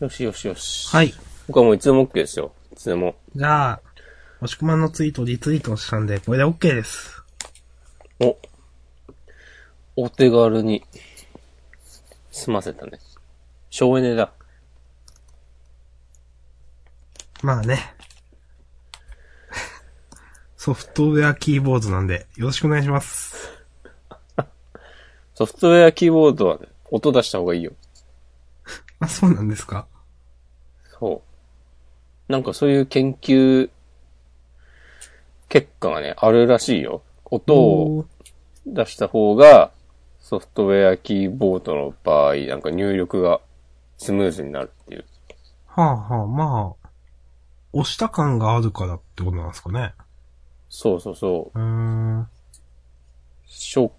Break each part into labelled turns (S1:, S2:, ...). S1: よしよしよし。
S2: はい。
S1: 僕はもういつでも OK ですよ。いつでも。
S2: じゃあ、押し込まんのツイートをリツイートしたんで、これで OK です。
S1: お。お手軽に、済ませたね。省エネだ。
S2: まあね。 ソフトウェアキーボードなんで、よろしくお願いします。
S1: ソフトウェアキーボードはね、音出した方がいいよ。
S2: あ、そうなんですか
S1: そう。なんかそういう研究結果がね、あるらしいよ。音を
S2: う。
S1: 出した方が、ソフトウェアキーボードの場合、なんか入力がスムーズになるっていう。
S2: はあはあ、まあ、押した感があるからってことなんですかね。
S1: そうそうそう。
S2: うーん。
S1: 触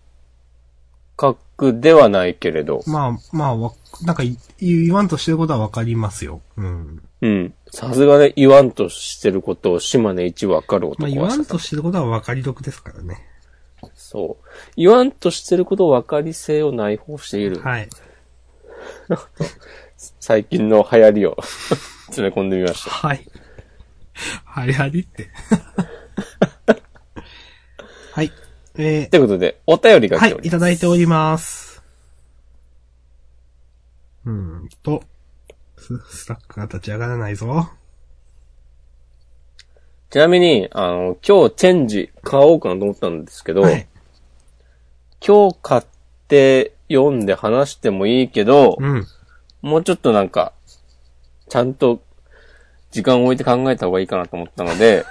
S1: 覚ではないけれど。
S2: まあ、まあ、わなんかい言わんとしてることはわかりますよ。うん。
S1: うん。さすがね、言わんとしてることを島根一わかる男
S2: まあ
S1: は
S2: 言わんとしてることはわかり得ですからね。
S1: そう。言わんとしてることを分かり性を内包している。
S2: はい。
S1: 最近の流行りを 詰め込んでみました。
S2: はい。はりはりって。 はい。え
S1: ということで、お便り
S2: ー、
S1: が
S2: は
S1: 来
S2: い
S1: てお、りま
S2: い
S1: す。
S2: ただいております。うーんと、ススラックが立ち上がらないぞ。
S1: ちなみに、あの、今日チェンジ買おうかなと思ったんですけど、
S2: はい。
S1: 今日買って読んで話してもいいけど、
S2: うん。
S1: もうちょっとなんか、ちゃんと時間を置いて考えた方がいいかなと思ったので、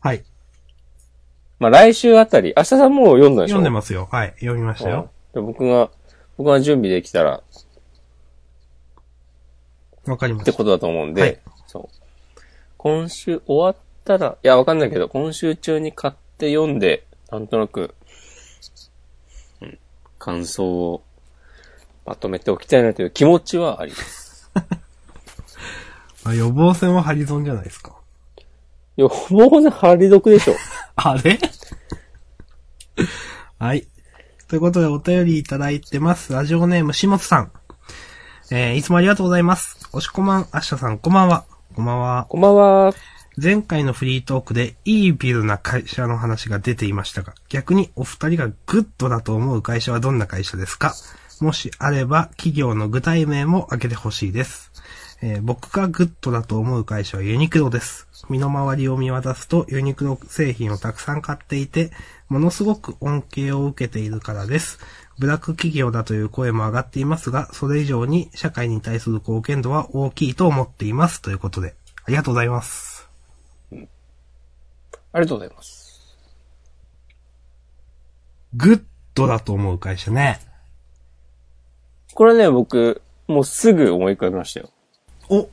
S2: はい。
S1: まあ来週あたり、明日さんもう読んだでしょ
S2: 読んでますよ。はい。読みましたよ。
S1: うんで僕が、僕が準備できたらっ
S2: わかりま
S1: て
S2: し
S1: ことだと思うんで、
S2: はい
S1: そう。今週終わったら、いや、わかんないけど、今週中に買って読んで、なんとなく、うん、感想をまとめておきたいなという気持ちはあります。
S2: た。あ、予防線はハリゾンじゃないですか。
S1: いや、もうね、張り得でしょ。
S2: あれ はい。ということで、お便りいただいてます。ラジオネーム、しもつさん。えー、いつもありがとうございます。おしこまん、あっしゃさん、こんばんは。こんばんは。
S1: こんばんは。
S2: 前回のフリートークで、いいビルな会社の話が出ていましたが、逆にお二人がグッドだと思う会社はどんな会社ですかもしあれば、企業の具体名も挙げてほしいです。えー僕がグッドだと思う会社はユニクロです。身の回りを見渡すとユニクロ製品をたくさん買っていて、ものすごく恩恵を受けているからです。ブラック企業だという声も上がっていますが、それ以上に社会に対する貢献度は大きいと思っています。ということで、ありがとうございます。
S1: ありがとうございます。
S2: グッドだと思う会社ね。
S1: これね、僕、もうすぐ思い浮かびましたよ。
S2: お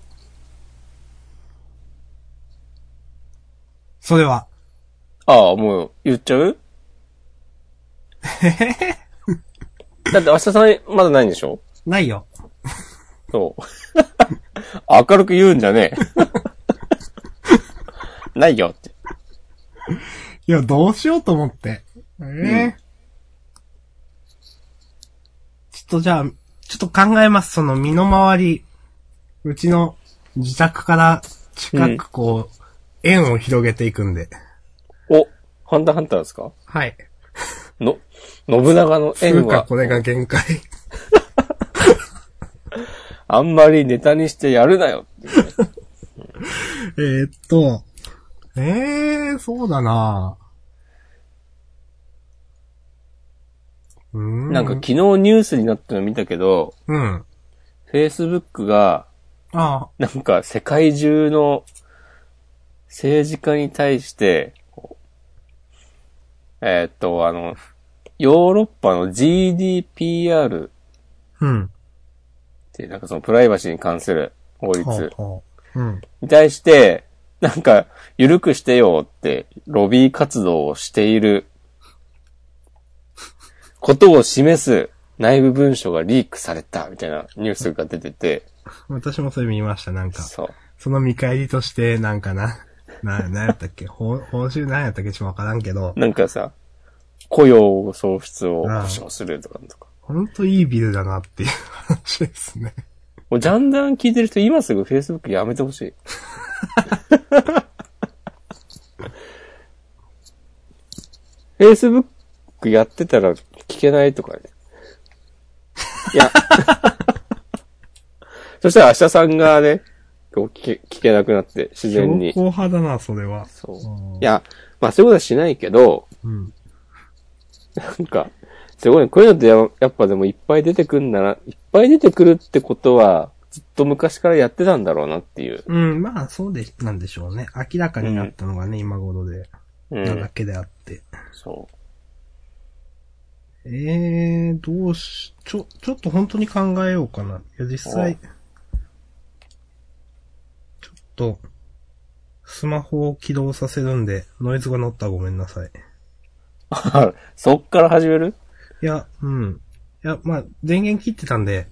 S2: それは、
S1: ああ、もう言っちゃうだって明日さんまだないんでしょ
S2: ないよ。
S1: そう。明るく言うんじゃねえ。ないよって。
S2: いや、どうしようと思って。ええちょっとじゃあ、ちょっと考えます。その身の回り、うちの自宅から近くこう、円を広げていくんで。
S1: お、ハンターハンターですか
S2: はい。
S1: の、信長の
S2: とい
S1: 縁
S2: うか、
S1: は、
S2: これが限界。
S1: あんまりネタにしてやるなよっていう。
S2: えーっと、ええー、そうだなうーん。
S1: なんか昨日ニュースになったの見たけど、
S2: うん。
S1: Facebook が、
S2: あ
S1: なんか世界中の政治家に対して、こうえーっと、あの、ヨーロッパの GDPR っ
S2: あ、うん。
S1: ていうなんかそのプライバシーに関する法律
S2: ほうほううん。
S1: に対して、なんか、緩くしてよって、ロビー活動をしていることを示す内部文書がリークされた、みたいなニュースが出てて、
S2: 私もそれ見ました、なんか。
S1: そう。
S2: その見返りとして、なんかな、な、なんやったっけ、報報酬なんやったっけ、ちょっとわからんけど、
S1: なんかさ、雇用創出を保障するとかとか。
S2: ほんといいビルだなっていう話ですね。
S1: こもうジャンダン聞いてる人今すぐ Facebook やめてほしい。Facebook やってたら聞けないとかね。いや。 そしたら明日さんがね、こう聞け聞けなくなって自
S2: 強
S1: 然
S2: 硬
S1: に。
S2: 派だな、それは。
S1: そう。
S2: う
S1: い
S2: ん
S1: や、まあそういうことはしないけど、
S2: うん。
S1: なんか、すごい、こういうのってややっぱでもいっぱい出てくんだな、いっぱい出てくるってことは、ずっと昔からやってたんだろうなっていう。
S2: うん、まあ、そうで、なんでしょうね。明らかになったのがね、今頃で、
S1: う
S2: なだ
S1: ん。
S2: けであって。
S1: そ
S2: えー、どうし、ちょ、ちょっと本当に考えようかな。いや、実際、
S1: お
S2: ちょっと、スマホを起動させるんで、ノイズが乗ったらごめんなさい。
S1: う。 そっから始める
S2: いや、うん。いや、まあ、電源切ってたんで、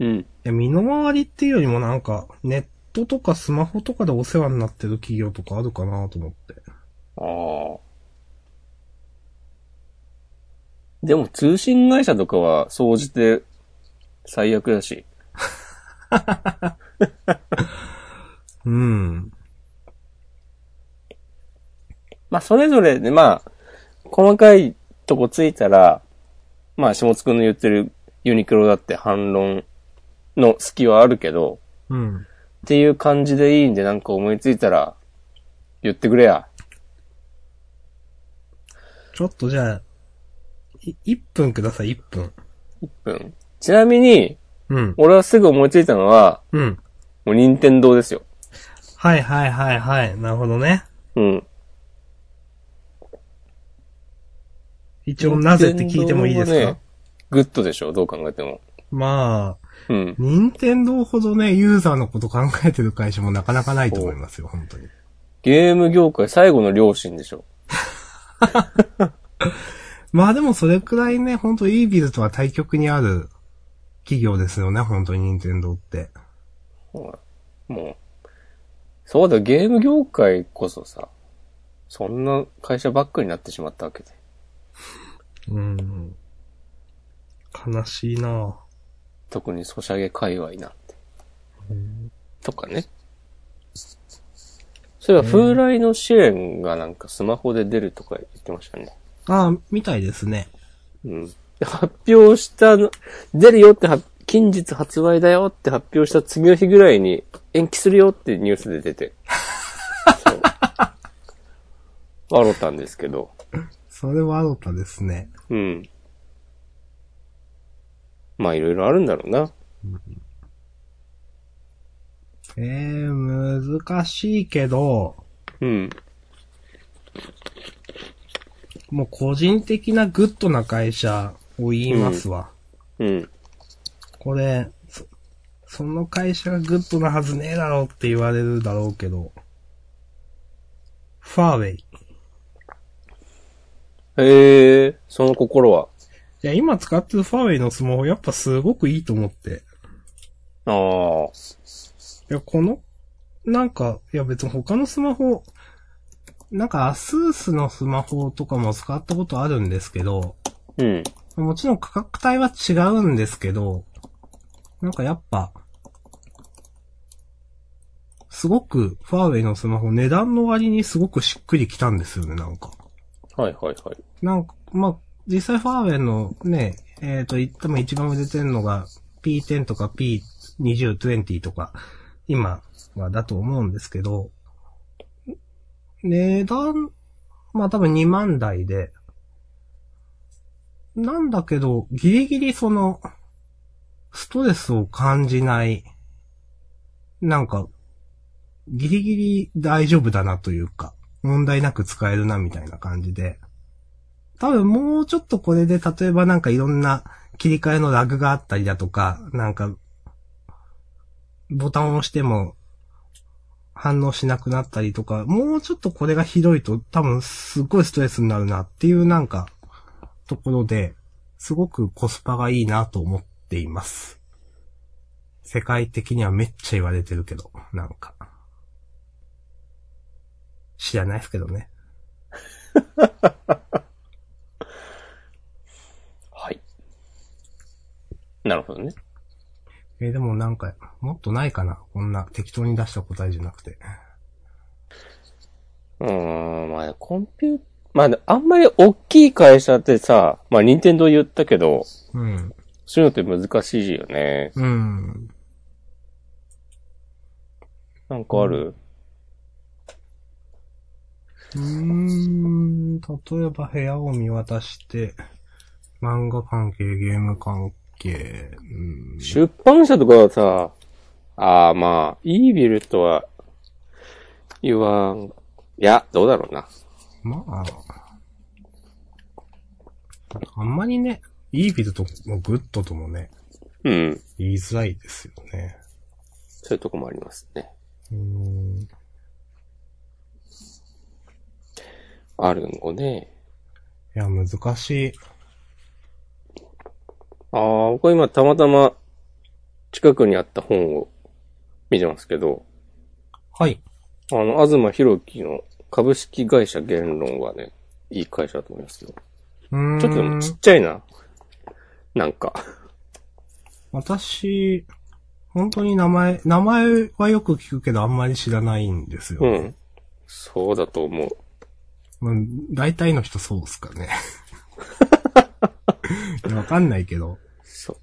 S1: うん。
S2: いや、身の回りっていうよりもなんか、ネットとかスマホとかでお世話になってる企業とかあるかなと思って。
S1: ああ。でも通信会社とかは、総じて、最悪だし。
S2: うん。
S1: まあ、それぞれで、まあ、細かいとこついたら、まあ、下津くんの言ってるユニクロだって反論の隙はあるけど、
S2: うん。
S1: っていう感じでいいんで、なんか思いついたら、言ってくれや。
S2: ちょっとじゃあ、い、1分ください、1分。
S1: うん。ちなみに、
S2: うん。
S1: 俺はすぐ思いついたのは、
S2: うん。
S1: もう任天堂ですよ。
S2: はいはいはいはい。なるほどね。
S1: うん。
S2: 一応なぜって聞いてもいいで
S1: 任天堂
S2: すか、
S1: はねグッドでしょ、どう考えても。
S2: まあ、
S1: うん。
S2: 任天堂ほどね、ユーザーのこと考えてる会社もなかなかないと思いますよ、本当に。
S1: ゲーム業界最後の両親でしょ。
S2: まあでもそれくらいね、本当イービルとは対極にある企業ですよね、本当に任天堂って。
S1: ほらもう。そうだよ、ゲーム業界こそさ、そんな会社ばっかになってしまったわけで。
S2: うん。悲しいな
S1: 特にソシャゲ界隈なんて。とかね。そういえば、風来の試練がなんかスマホで出るとか言ってましたね。
S2: ああ、みたいですね。
S1: うん。発表したの、出るよっては、近日発売だよって発表した次の日ぐらいに延期するよってニュースで出て。そう笑ったんですけど。
S2: それは新たですね。
S1: うん。まあいろいろあるんだろうな。
S2: えー、難しいけど、
S1: うん。
S2: もう個人的なグッドな会社を言いますわ。
S1: うん。
S2: これ、そ、その会社がグッドなはずねえだろうって言われるだろうけど、ファーウェイ。い
S1: へえ、その心は。
S2: や、今使ってるファーウェイのスマホやっぱすごくいいと思って。
S1: ああ。
S2: いや、この、なんか、いや別に他のスマホ、なんかアスースのスマホとかも使ったことあるんですけど、
S1: うん。
S2: もちろん価格帯は違うんですけど、なんかやっぱ、すごくファーウェイのスマホ値段の割にすごくしっくりきたんですよね、なんか。
S1: はいはいはい。
S2: なんか、まあ、実際ファーウェイのね、えっ、と、い多分一番売れてるのが P10 とか P20、20とか、今はだと思うんですけど、値段、まあ多分2万台で、なんだけど、ギリギリその、ストレスを感じない、なんか、ギリギリ大丈夫だなというか、問題なく使えるなみたいな感じで、多分もうちょっとこれで例えばなんかいろんな切り替えのラグがあったりだとか、なんか、ボタンを押しても反応しなくなったりとか、もうちょっとこれがひどいと多分すごいストレスになるなっていうなんか、ところで、すごくコスパがいいなと思っています。世界的にはめっちゃ言われてるけど、なんか。知らないですけどね。
S1: はい。なるほどね。
S2: えーでもなんか、もっとないかなこんな適当に出した答えじゃなくて。
S1: うーん、まあ、コンピュー、まあ、あんまり大きい会社ってさ、まあ、任天堂言ったけど、
S2: うん。
S1: そういうのって難しいよね。
S2: うん。
S1: なんかある、
S2: うーん、例えば部屋を見渡して、漫画関係、ゲーム関係、うん。
S1: 出版社とかはさ、ああ、まあ、イービルとは、言わん。いや、どうだろうな。
S2: まあ、あんまりね、イービルともグッドともね、
S1: うん。
S2: 言いづらいですよね。
S1: そういうとこもありますね。
S2: うーん。
S1: あるのね。
S2: いや、難しい。
S1: ああ、僕は今たまたま近くにあった本を見てますけど、
S2: はい。
S1: あの、東博樹の株式会社言論はね、いい会社だと思いますよ。
S2: うーん。
S1: ちょっとでもちっちゃいな。なんか。
S2: 私、本当に名前、名前はよく聞くけどあんまり知らないんですよ
S1: う
S2: ね。
S1: ん。そうだと思う。
S2: うん。大体の人そうっすか ね。いやわかんないけど。
S1: そう。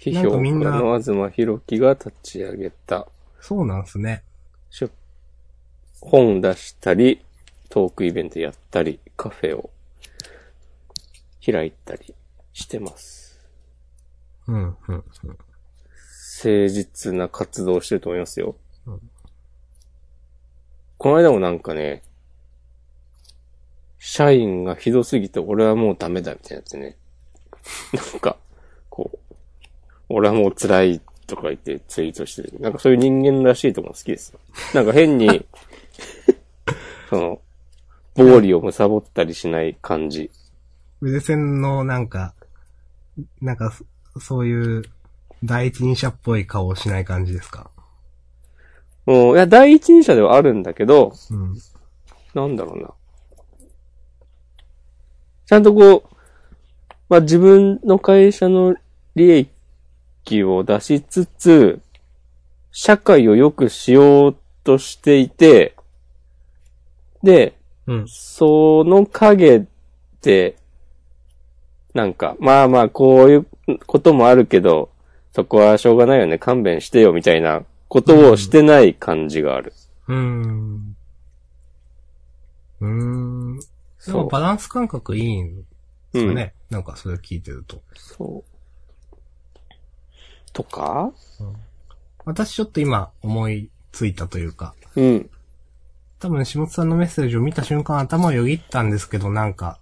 S1: 批
S2: なんか
S1: 評
S2: み
S1: 家
S2: んな
S1: の東博樹が立ち上げた
S2: そうなんすね。
S1: 出本出したり、トークイベントやったり、カフェを開いたりしてます。
S2: うん、うん、
S1: 誠実な活動をしてると思いますよ。
S2: うん
S1: この間もなんかね、社員がひどすぎて俺はもうダメだみたいなやつね。 なんか、こう、俺はもう辛いとか言ってツイートしてる。なんかそういう人間らしいところ好きですよ。なんか変 に、その、暴利を貪ったりしない感じ。
S2: 腕線のなんか、なんか、そそういう、第一人者っぽい顔をしない感じですか。
S1: もう、いや、第一人者ではあるんだけど、
S2: うん。
S1: なんだろうな。ちゃんとこう、まあ、自分の会社の利益を出しつつ、社会を良くしようとしていて、で、
S2: うん。
S1: その影で、なんか、まあまあ、こういうこともあるけど、そこはしょうがないよね、勘弁してよ、みたいなことをしてない感じがある。
S2: うーん。うーん。でもバランス感覚いいんですかね。なんかそれを聞いてると。
S1: そう。とか
S2: 私ちょっと今思いついたというか、
S1: うん。
S2: 多分下津さんのメッセージを見た瞬間頭をよぎったんですけど、なんか、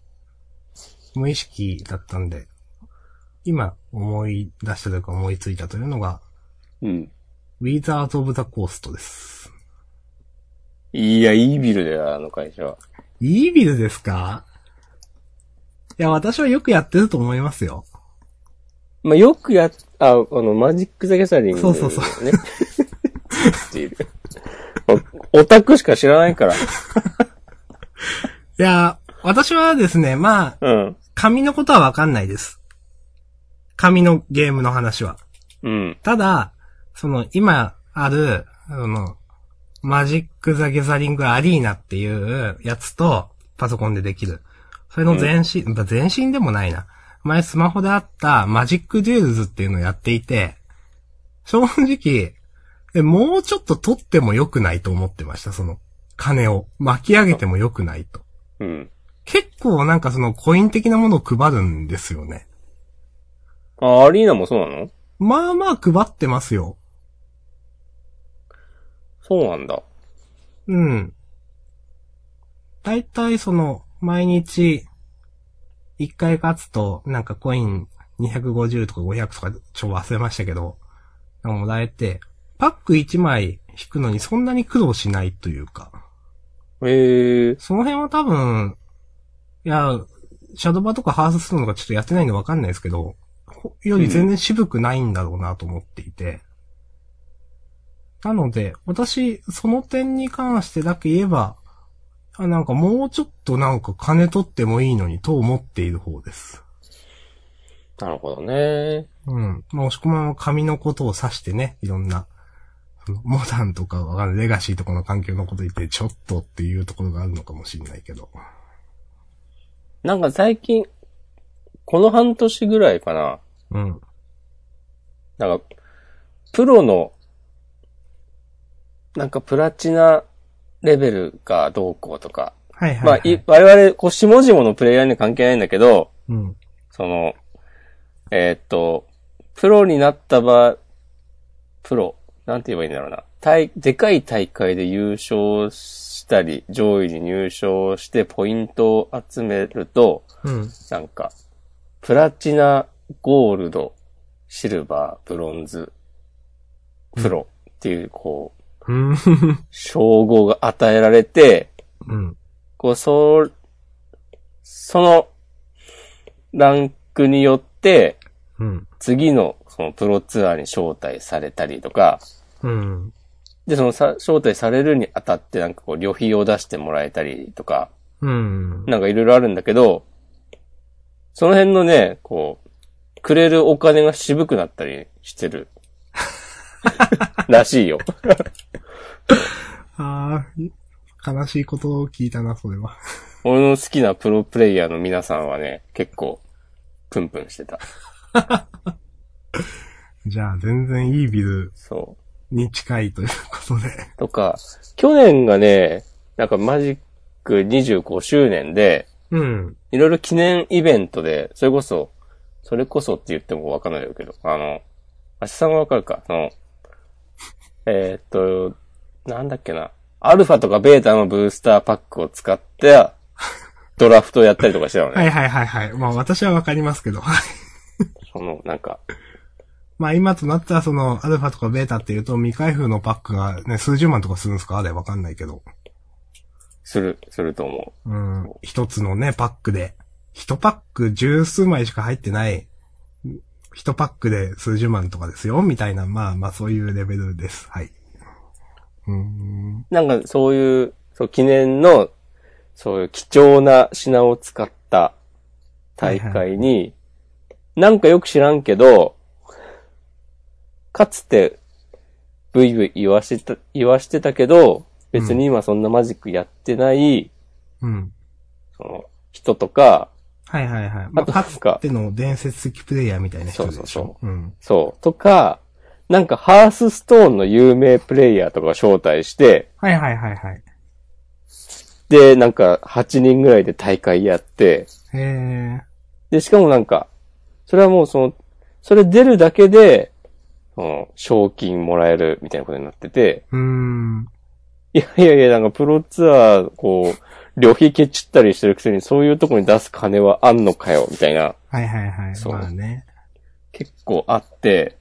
S2: 無意識だったんで、今思い出したというか思いついたというのが、
S1: うん。
S2: ウィザーズ・オブ・ザ・コーストです。
S1: いや、いいビルだよ、あの会社は。
S2: イービルですかいや、私はよくやってると思いますよ。
S1: まあ、よくやっ、あ、あの、マジック・ザ・ギャサリング、ね。。
S2: そうそうそう
S1: ね。っている。おオタクしか知らないから。
S2: いや、私はですね、まあ、
S1: うん。
S2: 紙のことはわかんないです。紙のゲームの話は。
S1: うん。
S2: ただ、その、今ある、あの、マジック・ザ・ギャザリング・アリーナっていうやつと、パソコンでできる。それの前身、まあ前身でもないな。前スマホであったマジック・デュエルズっていうのをやっていて、正直、えもうちょっと取っても良くないと思ってました、その、金を。巻き上げても良くないと。
S1: うん。
S2: 結構なんかそのコイン的なものを配るんですよね。
S1: あ、アリーナもそうなの
S2: まあまあ配ってますよ。
S1: そうなんだ。
S2: うん。だいたいその、毎日、一回勝つと、なんかコイン250とか500とか、ちょ、忘れましたけど、なんかもらえて、パック1枚引くのにそんなに苦労しないというか、
S1: へえ。
S2: その辺は多分、いや、シャドバとかハースストーンとかちょっとやってないんでわかんないですけど、ほより全然渋くないんだろうなと思っていて。なので、私、その点に関してだけ言えば、あ、なんかもうちょっとなんか金取ってもいいのにと思っている方です。
S1: なるほどね。
S2: うん。まあ、押し込まんは紙のことを指してね、いろんな、その、モダンとかわかんない、レガシーとかの環境のこと言って、ちょっとっていうところがあるのかもしれないけど。
S1: なんか最近、この半年ぐらいかな。
S2: うん。
S1: なんか、プロの、なんかプラチナレベルがどうこうとか。
S2: はいはい、はい。
S1: まあ、い我々、こう、下々のプレイヤーには関係ないんだけど、
S2: うん。
S1: その、えーっと、プロになった場合、プロ、なんて言えばいいんだろうな。大、でかい大会で優勝したり、上位に入賞してポイントを集めると、
S2: うん。
S1: なんか、プラチナ、ゴールド、シルバー、ブロンズ、プロっていう、こう、
S2: うん。
S1: 称号が与えられて、
S2: うん。
S1: こう、そう、その、ランクによって、
S2: うん。
S1: 次の、そのプロツアーに招待されたりとか、
S2: うん。
S1: で、そのさ、招待されるにあたってなんかこう、旅費を出してもらえたりとか、
S2: うん。
S1: なんかいろいろあるんだけど、その辺のね、こう、くれるお金が渋くなったりしてる。らしいよ。
S2: ああ、悲しいことを聞いたな、それは。
S1: 俺の好きなプロプレイヤーの皆さんはね、結構、プンプンしてた。
S2: じゃあ、全然いいビル
S1: そう。
S2: に近いということで。
S1: とか、去年がね、なんかマジック25周年で、
S2: うん。
S1: いろいろ記念イベントで、それこそ、それこそって言ってもわかんないけど、あの、明日さんはわかるか、その、えーっと、なんだっけな、アルファとかベータのブースターパックを使って、ドラフトをやったりとかしてたの
S2: は
S1: ね。
S2: いはいはいはい。まあ、私はわかりますけど。はい
S1: その、なんか、
S2: まあ、今となったら、その、アルファとかベータっていうと、未開封のパックがね、数十万とかするんですかあれわかんないけど。
S1: する、すると思
S2: うん。一つのね、パックで。一パック十数枚しか入ってない。一パックで数十万とかですよ、みたいな、まあまあそういうレベルです。はい。うーん。
S1: う。なんか、そういう、そう、記念の、そういう貴重な品を使った大会に、なんかよく知らんけど、かつて、ブイブイ言わしてた、言わしてたけど、別に今そんなマジックやってない、
S2: うん。
S1: その、人とか、
S2: はいはいはい。
S1: あ
S2: まあ、
S1: と
S2: か
S1: なん
S2: つ
S1: か、
S2: ての伝説的プレイヤーみたいな人でしょ。。
S1: そうそう
S2: うん。
S1: そう、とか、なんかハースストーンの有名プレイヤーとかを招待して、
S2: はいはいはいはい。
S1: で、なんか8人ぐらいで大会やって、
S2: へえ。
S1: で、しかもなんか、それはもうその、それ出るだけで、その、賞金もらえるみたいなことになってて、
S2: うーん。
S1: いやいやいや、なんかプロツアー、こう、旅費ケチったりしてるくせに、そういうとこに出す金はあんのかよ、みたいな、
S2: はいはいはい。
S1: そう
S2: まあね。
S1: 結構あって、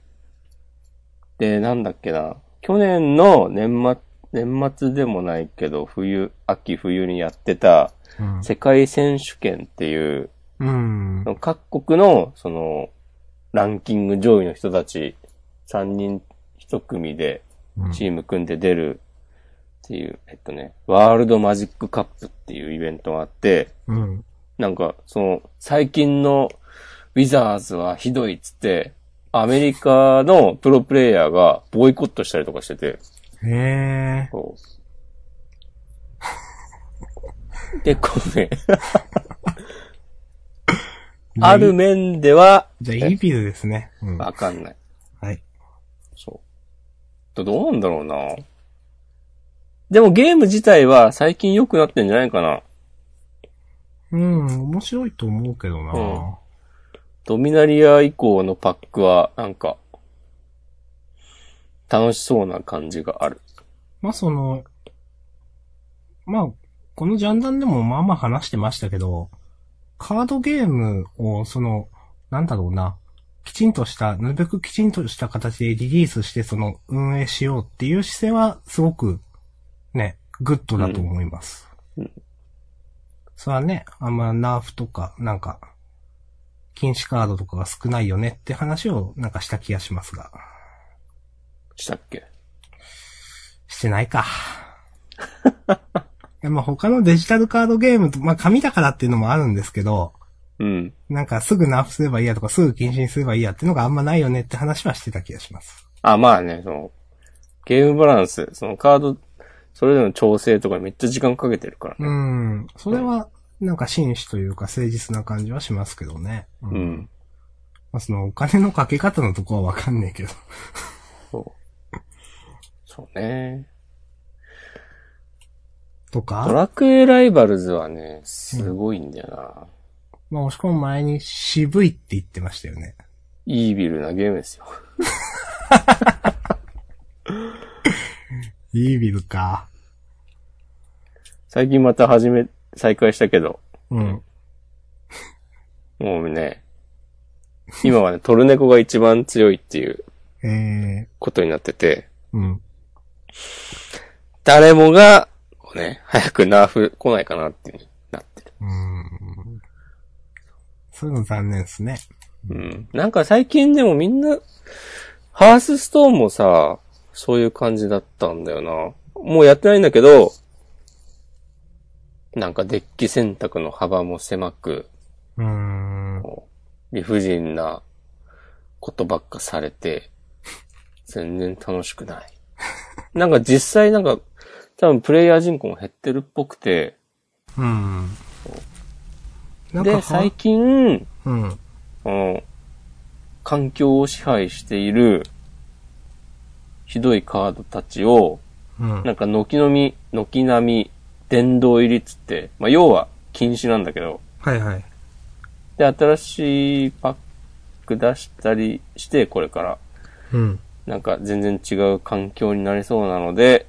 S1: で、なんだっけな、去年の年末、年末でもないけど、冬、秋冬にやってた、
S2: うん。
S1: 世界選手権っていう、
S2: うん。
S1: 各国の、その、ランキング上位の人たち、3人1組で
S2: うん
S1: チーム組んで出るっていう、えっとね、ワールドマジックカップっていうイベントがあって、
S2: うん。
S1: なんか、その、最近のウィザーズはひどいっつって、アメリカのプロプレイヤーがボイコットしたりとかしてて、
S2: へえ。
S1: こう結構 ね、 ある面では、
S2: じゃあ、いいビルですね。うん。は
S1: わかんない。
S2: い。
S1: そう。どどうなんだろうな。でもゲーム自体は最近良くなってんじゃないかな。
S2: うん、面白いと思うけどな。
S1: うんドミナリア以降のパックは、なんか、楽しそうな感じがある。
S2: まあその、まあ、このジャンダンでもまあまあ話してましたけど、カードゲームをその、なんだろうな、きちんとした、なるべくきちんとした形でリリースしてその運営しようっていう姿勢はすごく、ね、グッドだと思います。
S1: うんうん
S2: それはね、あんまナーフとか、なんか、禁止カードとかが少ないよねって話をなんかした気がしますが、
S1: したっけ
S2: してないか。 いやまあ他のデジタルカードゲームと、まあ紙だからっていうのもあるんですけど、
S1: うん。
S2: なんかすぐナーフすればいいやとか、すぐ禁止にすればいいやってのがあんまないよねって話はしてた気がします。
S1: あ、まあね、その、ゲームバランス、そのカード、それぞれの調整とかめっちゃ時間かけてるから
S2: う
S1: ね。
S2: ん。それは、なんか紳士というか誠実な感じはしますけどね。う
S1: うん。
S2: まあ、そのお金のかけ方のとこはわかんねえけど。
S1: そう。そうね。
S2: と
S1: ド
S2: か、
S1: ラクエライバルズはね、すごいんだよな。
S2: まあ、押し込む前に渋いって言ってましたよね。
S1: イービルなゲームですよ。
S2: イービルか。
S1: 最近また始め、再開したけど、
S2: うん。
S1: もうね、今はね、トルネコが一番強いっていう
S2: え
S1: ことになってて、
S2: ー、うん。
S1: 誰もが、こうね、早くナーフ来ないかなっていう風になってる。
S2: うん。そういうの残念ですね。
S1: うん。なんか最近でもみんな、ハースストーンもさ、そういう感じだったんだよな。もうやってないんだけど、なんかデッキ選択の幅も狭く、
S2: うーん。
S1: こう理不尽なことばっかされて、全然楽しくない。なんか実際なんか、多分プレイヤー人口も減ってるっぽくて、
S2: うん。なんか
S1: で、
S2: は
S1: 最、近、
S2: うん。
S1: この、環境を支配している、ひどいカードたちを、
S2: うん。
S1: なんか、軒のみ、軒並み、殿堂入りっつって、まあ、要は、禁止なんだけど、
S2: はいはい。
S1: で、新しいパック出したりして、これから、
S2: うん。
S1: なんか全然違う環境になりそうなので、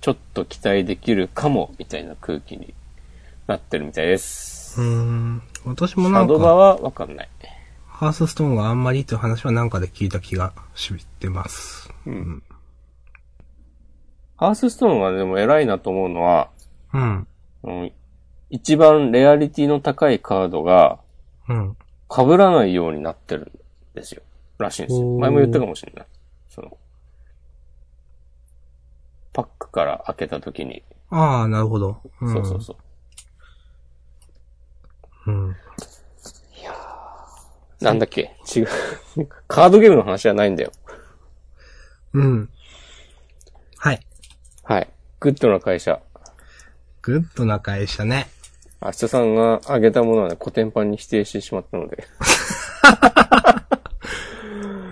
S1: ちょっと期待できるかも、みたいな空気になってるみたいです。
S2: うーん。私もな
S1: ア
S2: ん
S1: ドバ
S2: か、
S1: はわかんない。
S2: ハースストーンがあんまりっていう話はなんかで聞いた気がしてます。
S1: うん。ハースストーンはでも偉いなと思うのは、
S2: うん。
S1: うん、一番レアリティの高いカードが
S2: うん。
S1: 被らないようになってるんですよ。らしいんですよ。
S2: おー
S1: 前も言ったかもしれない。その、パックから開けた時に、
S2: ああ、なるほど。うん、
S1: そうそうそう。
S2: うん。
S1: なんだっけ違う。 カードゲームの話じゃないんだよ。
S2: うん。はい。
S1: はい。グッドな会社。
S2: グッドな会社ね。
S1: 明日さんが挙げたものはね、古典版に否定してしまったので。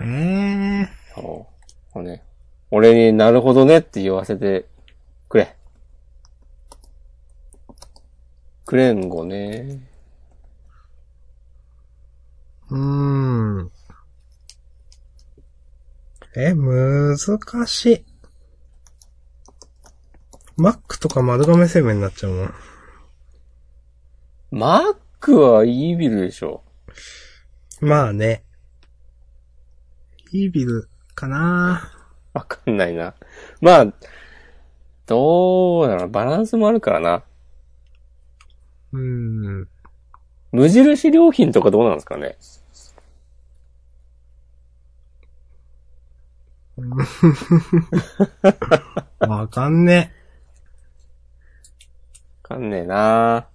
S2: ええ
S1: あのもうね、俺になるほどねって言わせてくれ。くれんごね。
S2: うーん。え、難しい。マックとか丸亀製麺になっちゃうもん。
S1: マックはイービルでしょ。
S2: まあね。イービルかな
S1: わかんないな。まあ、どうだろう。バランスもあるからな。
S2: うーん。
S1: 無印良品とかどうなんですかね。
S2: わかんねえ。
S1: わかんねえな。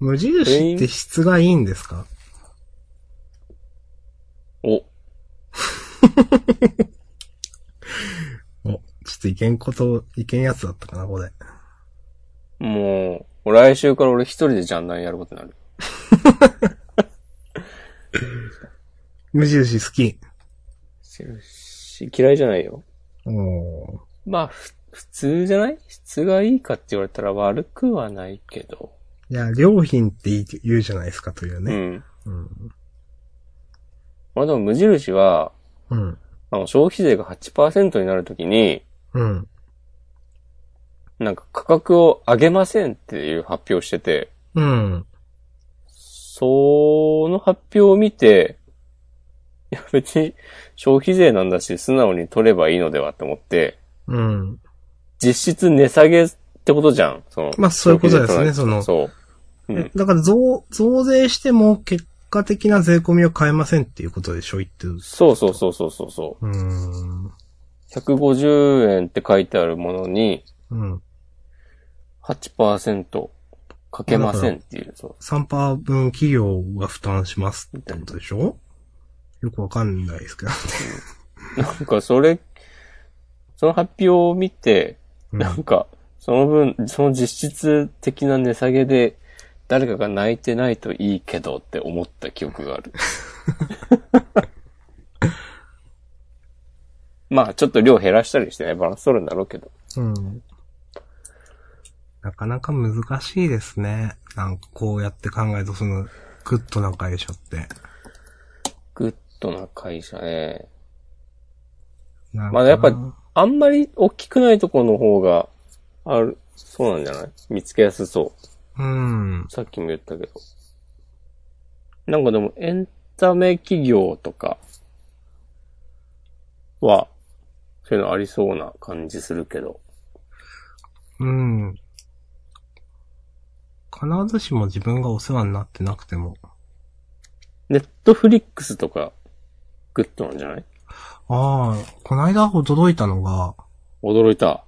S2: 無印って質がいいんですか
S1: お、
S2: お、ちょっといけんこと、いけんやつだったかな、これ。
S1: もう、来週から俺一人でジャンダンやることになる。
S2: 無印好き。
S1: 嫌いじゃないよ。
S2: おー。
S1: まあ、ふ普通じゃない質がいいかって言われたら悪くはないけど。
S2: いや、良品って言うじゃないですか、という
S1: う
S2: ね。
S1: ん。
S2: うん。
S1: まあでも無印は、
S2: うん。
S1: あの、消費税が8%になるときに、
S2: うん。
S1: なんか価格を上げませんっていう発表をしてて、
S2: うん。
S1: その発表を見て、いや別に消費税なんだし素直に取ればいいのではって思って、
S2: うん。
S1: 実質値下げってことじゃん。その
S2: まあそういうことですね
S1: 消費税取らない
S2: そ
S1: そう。うん。
S2: だから、増、増税しても、結果的な税込みを変えませんっていうことでしょ、言ってる。
S1: そうそうそうそうそうそう。
S2: うーん。
S1: 150円って書いてあるものに
S2: うん。
S1: 8%かけませんっていう、そう。
S2: 3%分企業が負担しますってことでしょよくわかんないですけど。
S1: なんかそれ、その発表を見て、
S2: うん
S1: なんか、その分、その実質的な値下げで、誰かが泣いてないといいけどって思った記憶 がある。まあ、ちょっと量減らしたりしてね、バランス取るんだろうけど。
S2: うん。なかなか難しいですね。なんかこうやって考えると、その、グッドな会社って。
S1: グッドな会社ね。
S2: なんか
S1: まあ、やっぱ、あんまり大きくないところの方が、ある、そうなんじゃない見つけやすそう。
S2: うん。
S1: さっきも言ったけど。なんかでもエンタメ企業とかは、そういうのありそうな感じするけど。
S2: うん。必ずしも自分がお世話になってなくても。
S1: ネットフリックスとか、グッドなんじゃない
S2: ああ、こないだ驚いたのが、
S1: 驚いた。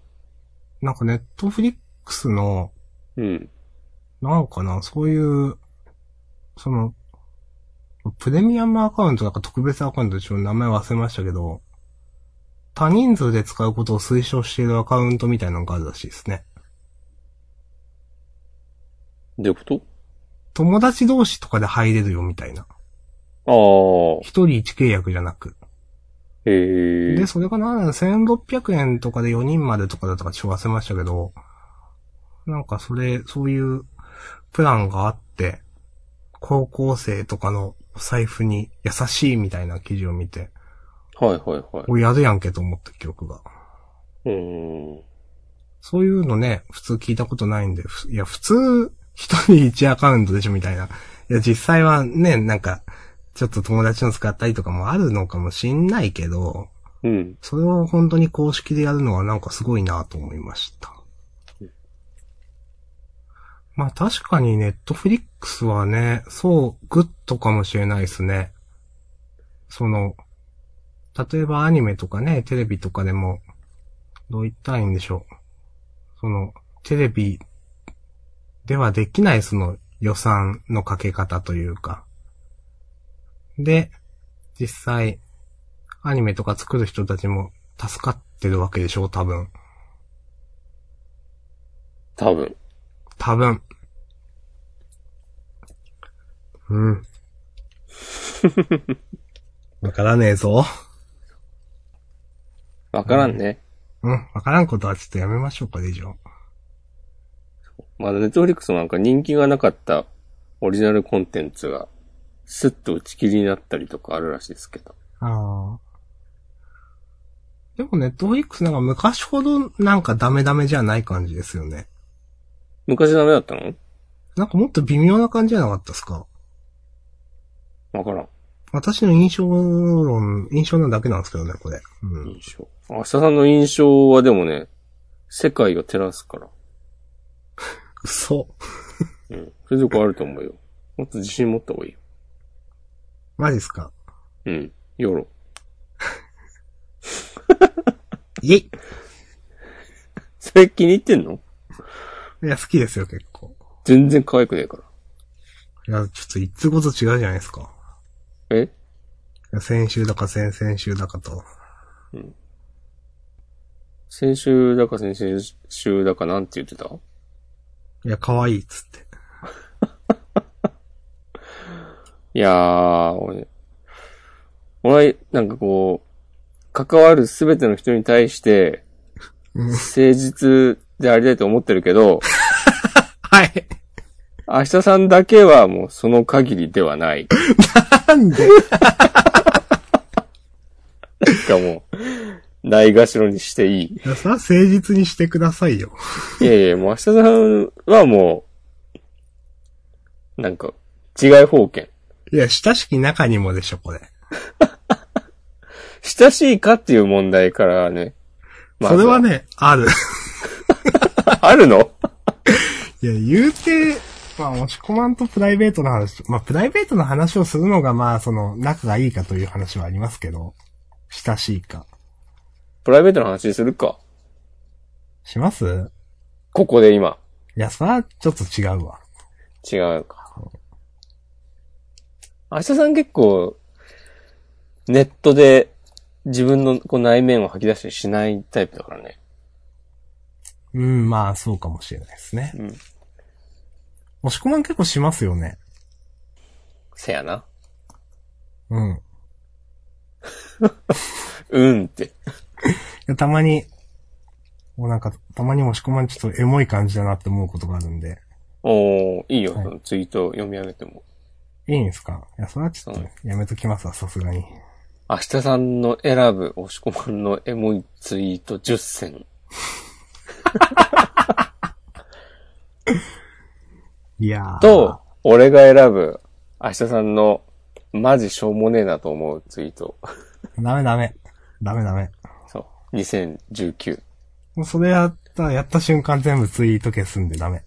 S2: なんかネットフリックスの、
S1: うん。
S2: なんかな、そういう、その、プレミアムアカウントだか特別アカウントでちょっと名前忘れましたけど、多人数で使うことを推奨しているアカウントみたいなのがあるらしいですね。
S1: どういうこと
S2: 友達同士とかで入れるよみたいな。
S1: ああ、
S2: 一人一契約じゃなく。
S1: へえ
S2: で、。それがなんだ、1600円とかで4人までとかだったかちょっと忘れましたけど、なんかそれ、そういうプランがあって、高校生とかのお財布に優しいみたいな記事を見て、
S1: はいはいはい。
S2: おやるやんけと思った記憶が。
S1: うーん。
S2: そういうのね、普通聞いたことないんで、ふいや、普通、一人一アカウントでしょみたいな。いや、実際はね、なんか、ちょっと友達の使ったりとかもあるのかもしんないけど、
S1: うん。
S2: それを本当に公式でやるのはなんかすごいなと思いました。まあ確かにネットフリックスはね、そう、グッドかもしれないですね。その、例えばアニメとかね、テレビとかでも、どう言ったらいいんでしょう。その、テレビではできないその予算のかけ方というか。で、実際、アニメとか作る人たちも助かってるわけでしょう、多分。
S1: 多分。
S2: 多分。うん。わからねえぞ。
S1: わからんね。
S2: うん、わからんことはちょっとやめましょう、これ以上。
S1: まだネットフリックスなんか人気がなかったオリジナルコンテンツが、スッと打ち切りになったりとかあるらしいですけど。
S2: ああ。でもネットフリックスなんか昔ほどなんかダメダメじゃない感じですよね。
S1: 昔ダメだったの
S2: なんかもっと微妙な感じじゃなかったですか
S1: わからん。
S2: 私の印象論、印象なんだけなんですけどね、これ。うん。
S1: 印象。明日さんの印象はでもね、世界を照らすから。
S2: 嘘。
S1: うん。そういうとこあると思うよ。もっと自信持った方がいいよ。
S2: マジっすか
S1: うん。ヨロ。
S2: イェイ
S1: それ気に入ってんの
S2: いや、好きですよ、結構。
S1: 全然可愛くねえから。
S2: いや、ちょっといつごと違うじゃないですか。
S1: え
S2: いや先週だか先々週だかと。
S1: 先週だか先々週だかなんて言ってた
S2: いや、可愛いっつって。
S1: いやー、俺、俺は、なんかこう、関わるすべての人に対して、
S2: うん
S1: 誠実でありたいと思ってるけど、
S2: はい。
S1: 明日さんだけはもうその限りではない。
S2: なんで
S1: しかも、ないがしろにしていい。
S2: いや、それは誠実にしてくださいよ。
S1: いやいや、もう明日さんはもう、なんか、違い方権。
S2: いや、親しき中にもでしょ、これ。
S1: 親しいかっていう問題からね。ま
S2: そ
S1: ず
S2: れは。ね、ある。
S1: あるの
S2: いや、言うて、まあ、押し込まんとプライベートの話、まあ、プライベートの話をするのが、まあ、その、仲がいいかという話はありますけど、親しいか。
S1: プライベートの話するか。
S2: します
S1: ここで今。
S2: いや、それはちょっと違うわ。
S1: 違うか。明日さん結構、ネットで自分のこう内面を吐き出したりしないタイプだからね。
S2: うん、まあ、そうかもしれないですね。
S1: うん。
S2: 押し込まん結構しますよね。
S1: せやな。
S2: うん。い
S1: うんって。
S2: やたまに、もうなんか、たまに押し込まんちょっとエモい感じだなって思うことがあるんで。
S1: おー、いいよ、
S2: はい
S1: そのツイート読み上げても。
S2: いいんですかいや、それはちょっとやめときますわ、さすがに。
S1: 明日さんの選ぶ押し込まんのエモいツイート10選。
S2: いやー。
S1: と、俺が選ぶ、明日さんの、マジしょうもねえなと思うツイート。
S2: ダメダメ。ダメダメ。
S1: そう。2019。
S2: もうそれやったら、やった瞬間全部ツイート消すんでダメ。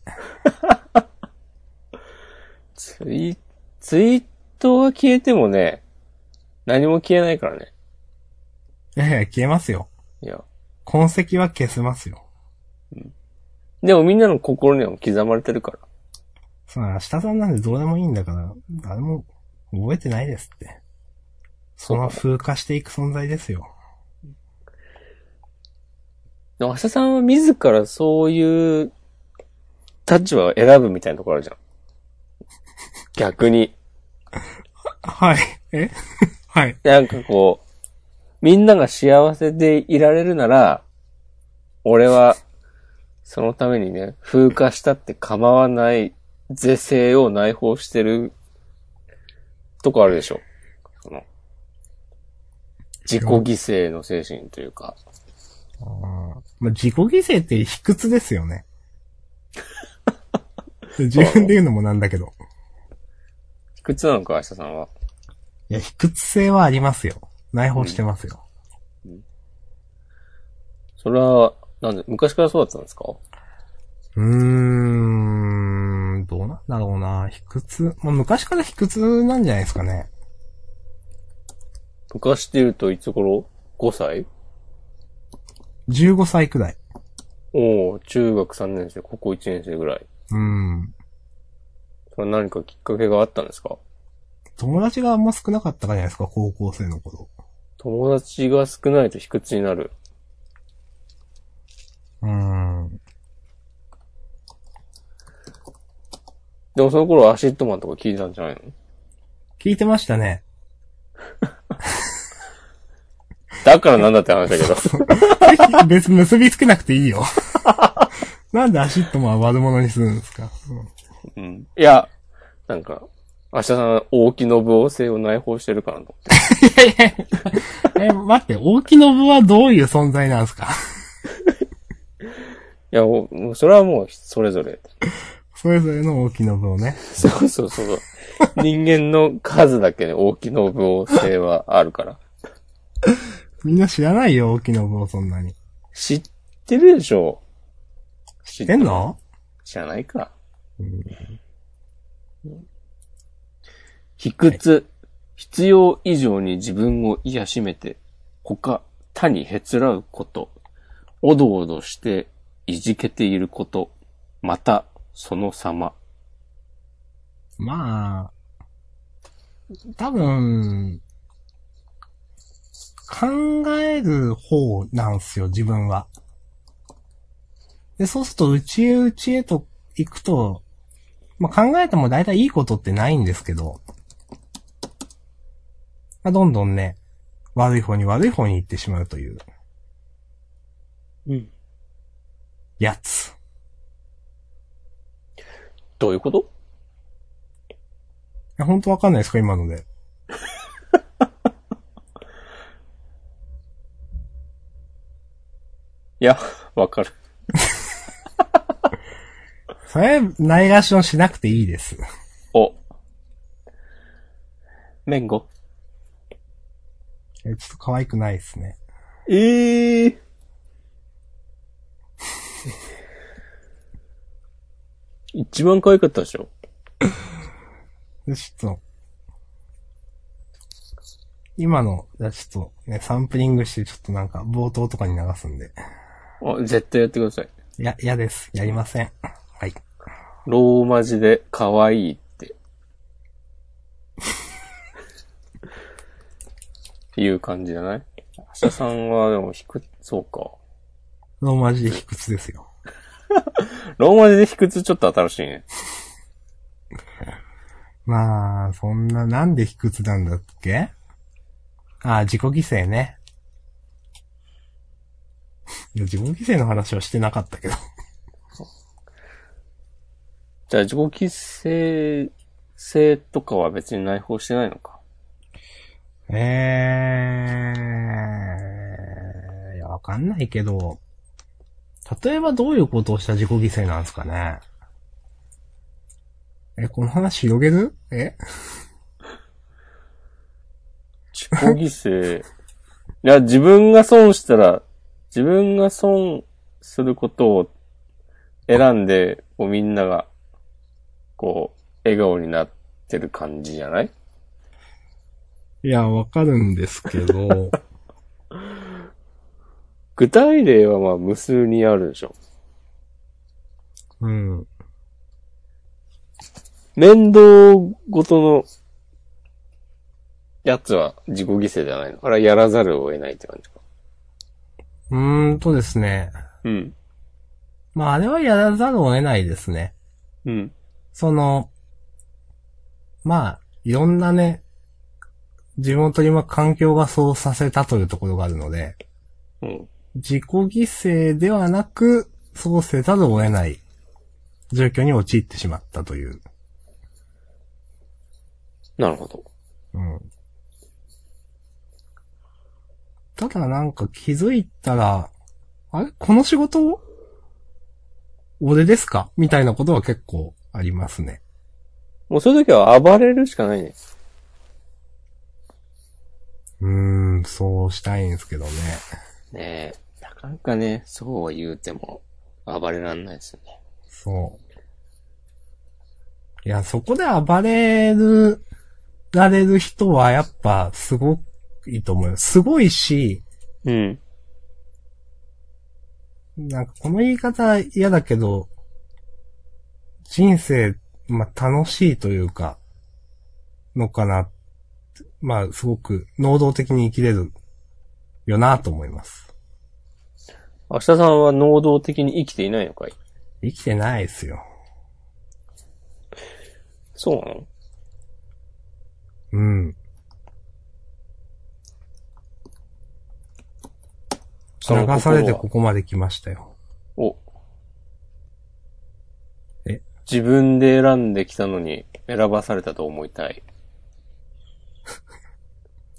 S1: ツイ、ツイートが消えてもね、何も消えないからね。
S2: いやいや、消えますよ。
S1: いや。
S2: 痕跡は消せますよ。
S1: でもみんなの心には刻まれてるから。
S2: その、明日さんなんでどうでもいいんだから、誰も覚えてないですって。その風化していく存在ですよ。
S1: でも明日さんは自らそういう立場を選ぶみたいなところあるじゃん。逆に。
S2: はい。え はい。
S1: なんかこう、みんなが幸せでいられるなら、俺は、そのためにね、風化したって構わない是正を内包してるとこあるでしょ。その、自己犠牲の精神というか。
S2: あーまあ、自己犠牲って卑屈ですよね。 自分で言うのもなんだけど。
S1: 卑屈なのか、明日さんは。
S2: いや、卑屈性はありますよ。内包してますよ。
S1: それは、なんで、昔からそうだったんですか
S2: うーん、どうなんだろうな。卑屈。まあ、昔から卑屈なんじゃないですかね。
S1: 昔って言うといつ頃 ?5 歳
S2: 15歳くらい。
S1: おお中学3年生、高校1年生ぐらい。
S2: うん。
S1: それは何かきっかけがあったんですか
S2: 友達があんま少なかったからじゃないですか、高校生の頃。
S1: 友達が少ないと卑屈になる。
S2: うーん。
S1: でもその頃アシットマンとか聞いたんじゃないの
S2: 聞いてましたね。
S1: だからなんだって話だけ ど。
S2: 別に結びつけなくていいよ。 なんでアシットマンは悪者にするんですか、うん
S1: うん、いや、なんか、明日さん、大木信夫性を内包してるからと思って。
S2: え、待って、大木信はどういう存在なんですか
S1: いや、おもうそれはもうそれぞれ。
S2: それぞれの大木信をね。
S1: そうそうそう。 人間の数だけね、大木信夫性はあるから。
S2: みんな知らないよ、大木信をそんなに。
S1: 知ってるでしょ知
S2: 知ってんの
S1: 知らないか。卑屈。必要以上に自分を癒しめて、他、他にへつらうこと、おどおどして、いじけていること、また、その様。
S2: まあ、多分、考える方なんすよ、自分は。で、そうすると、うちへうちへと行くと、まあ、考えても大体いいことってないんですけど、まあ、どんどんね、悪い方に悪い方に行ってしまうという、
S1: うん。
S2: やつ。
S1: どういうこと
S2: いや、本当わかんないですか、今ので。
S1: いや、わかる。
S2: それ、ないがしろにしなくていいです。
S1: お。メンゴ。
S2: えちょっと可愛くないですね。
S1: ええー。 一番可愛かったでしょ
S2: でちょっと、今の、じゃあちょっとね、サンプリングして、ちょっとなんか冒頭とかに流すんで。
S1: あ、絶対やってください。
S2: いや、嫌です。やりません。はい。
S1: ローマ字で可愛いって。いう感じじゃない明日さんはでも卑屈、そうか。
S2: ローマ字で卑屈ですよ。
S1: ローマ字で卑屈ちょっと新しいね。
S2: まあ、そんな、なんで卑屈なんだっけああ、自己犠牲ね。 いや、自己犠牲の話はしてなかったけど。
S1: じゃあ自己犠牲性とかは別に内包してないのか。
S2: えー、いや、わかんないけど、例えばどういうことをした自己犠牲なんですかね。え、この話広げるえ
S1: 自己犠牲。いや、自分が損したら、自分が損することを選んで、こうみんなが、こう、笑顔になってる感じじゃない
S2: いや、わかるんですけど、
S1: 具体例はまあ無数にあるでしょ。
S2: うん。
S1: 面倒ごとのやつは自己犠牲じゃないの。あれはやらざるを得ないって感じか。
S2: うーんとですね。
S1: うん。
S2: まあ、あれはやらざるを得ないですね。
S1: うん。
S2: その、まあ、いろんなね、自分を取り巻く環境がそうさせたというところがあるので、
S1: うん。
S2: 自己犠牲ではなく、そうせざるを得ない状況に陥ってしまったという。
S1: なるほど。
S2: うん。ただなんか気づいたら、あれこの仕事俺ですかみたいなことは結構ありますね。
S1: もうそういう時は暴れるしかないね。
S2: うーん、そうしたいんですけどね。
S1: ねえ、なかなかね、そうは言うても、暴れらんないですよね。
S2: そう。いや、そこで暴れる、られる人はやっぱすごいと思うよ。すごいし、
S1: うん。
S2: なんかこの言い方嫌だけど、人生、まあ、楽しいというか、のかな。まあ、すごく能動的に生きれるよなと思います。
S1: 明日さんは能動的に生きていないのかい
S2: 生きてないですよ。
S1: そうなの
S2: うん。
S1: その
S2: 流されてこ
S1: 心は
S2: こまで来ましたよ。
S1: お。
S2: え
S1: 自分で選んできたのに、選ばされたと思いたい。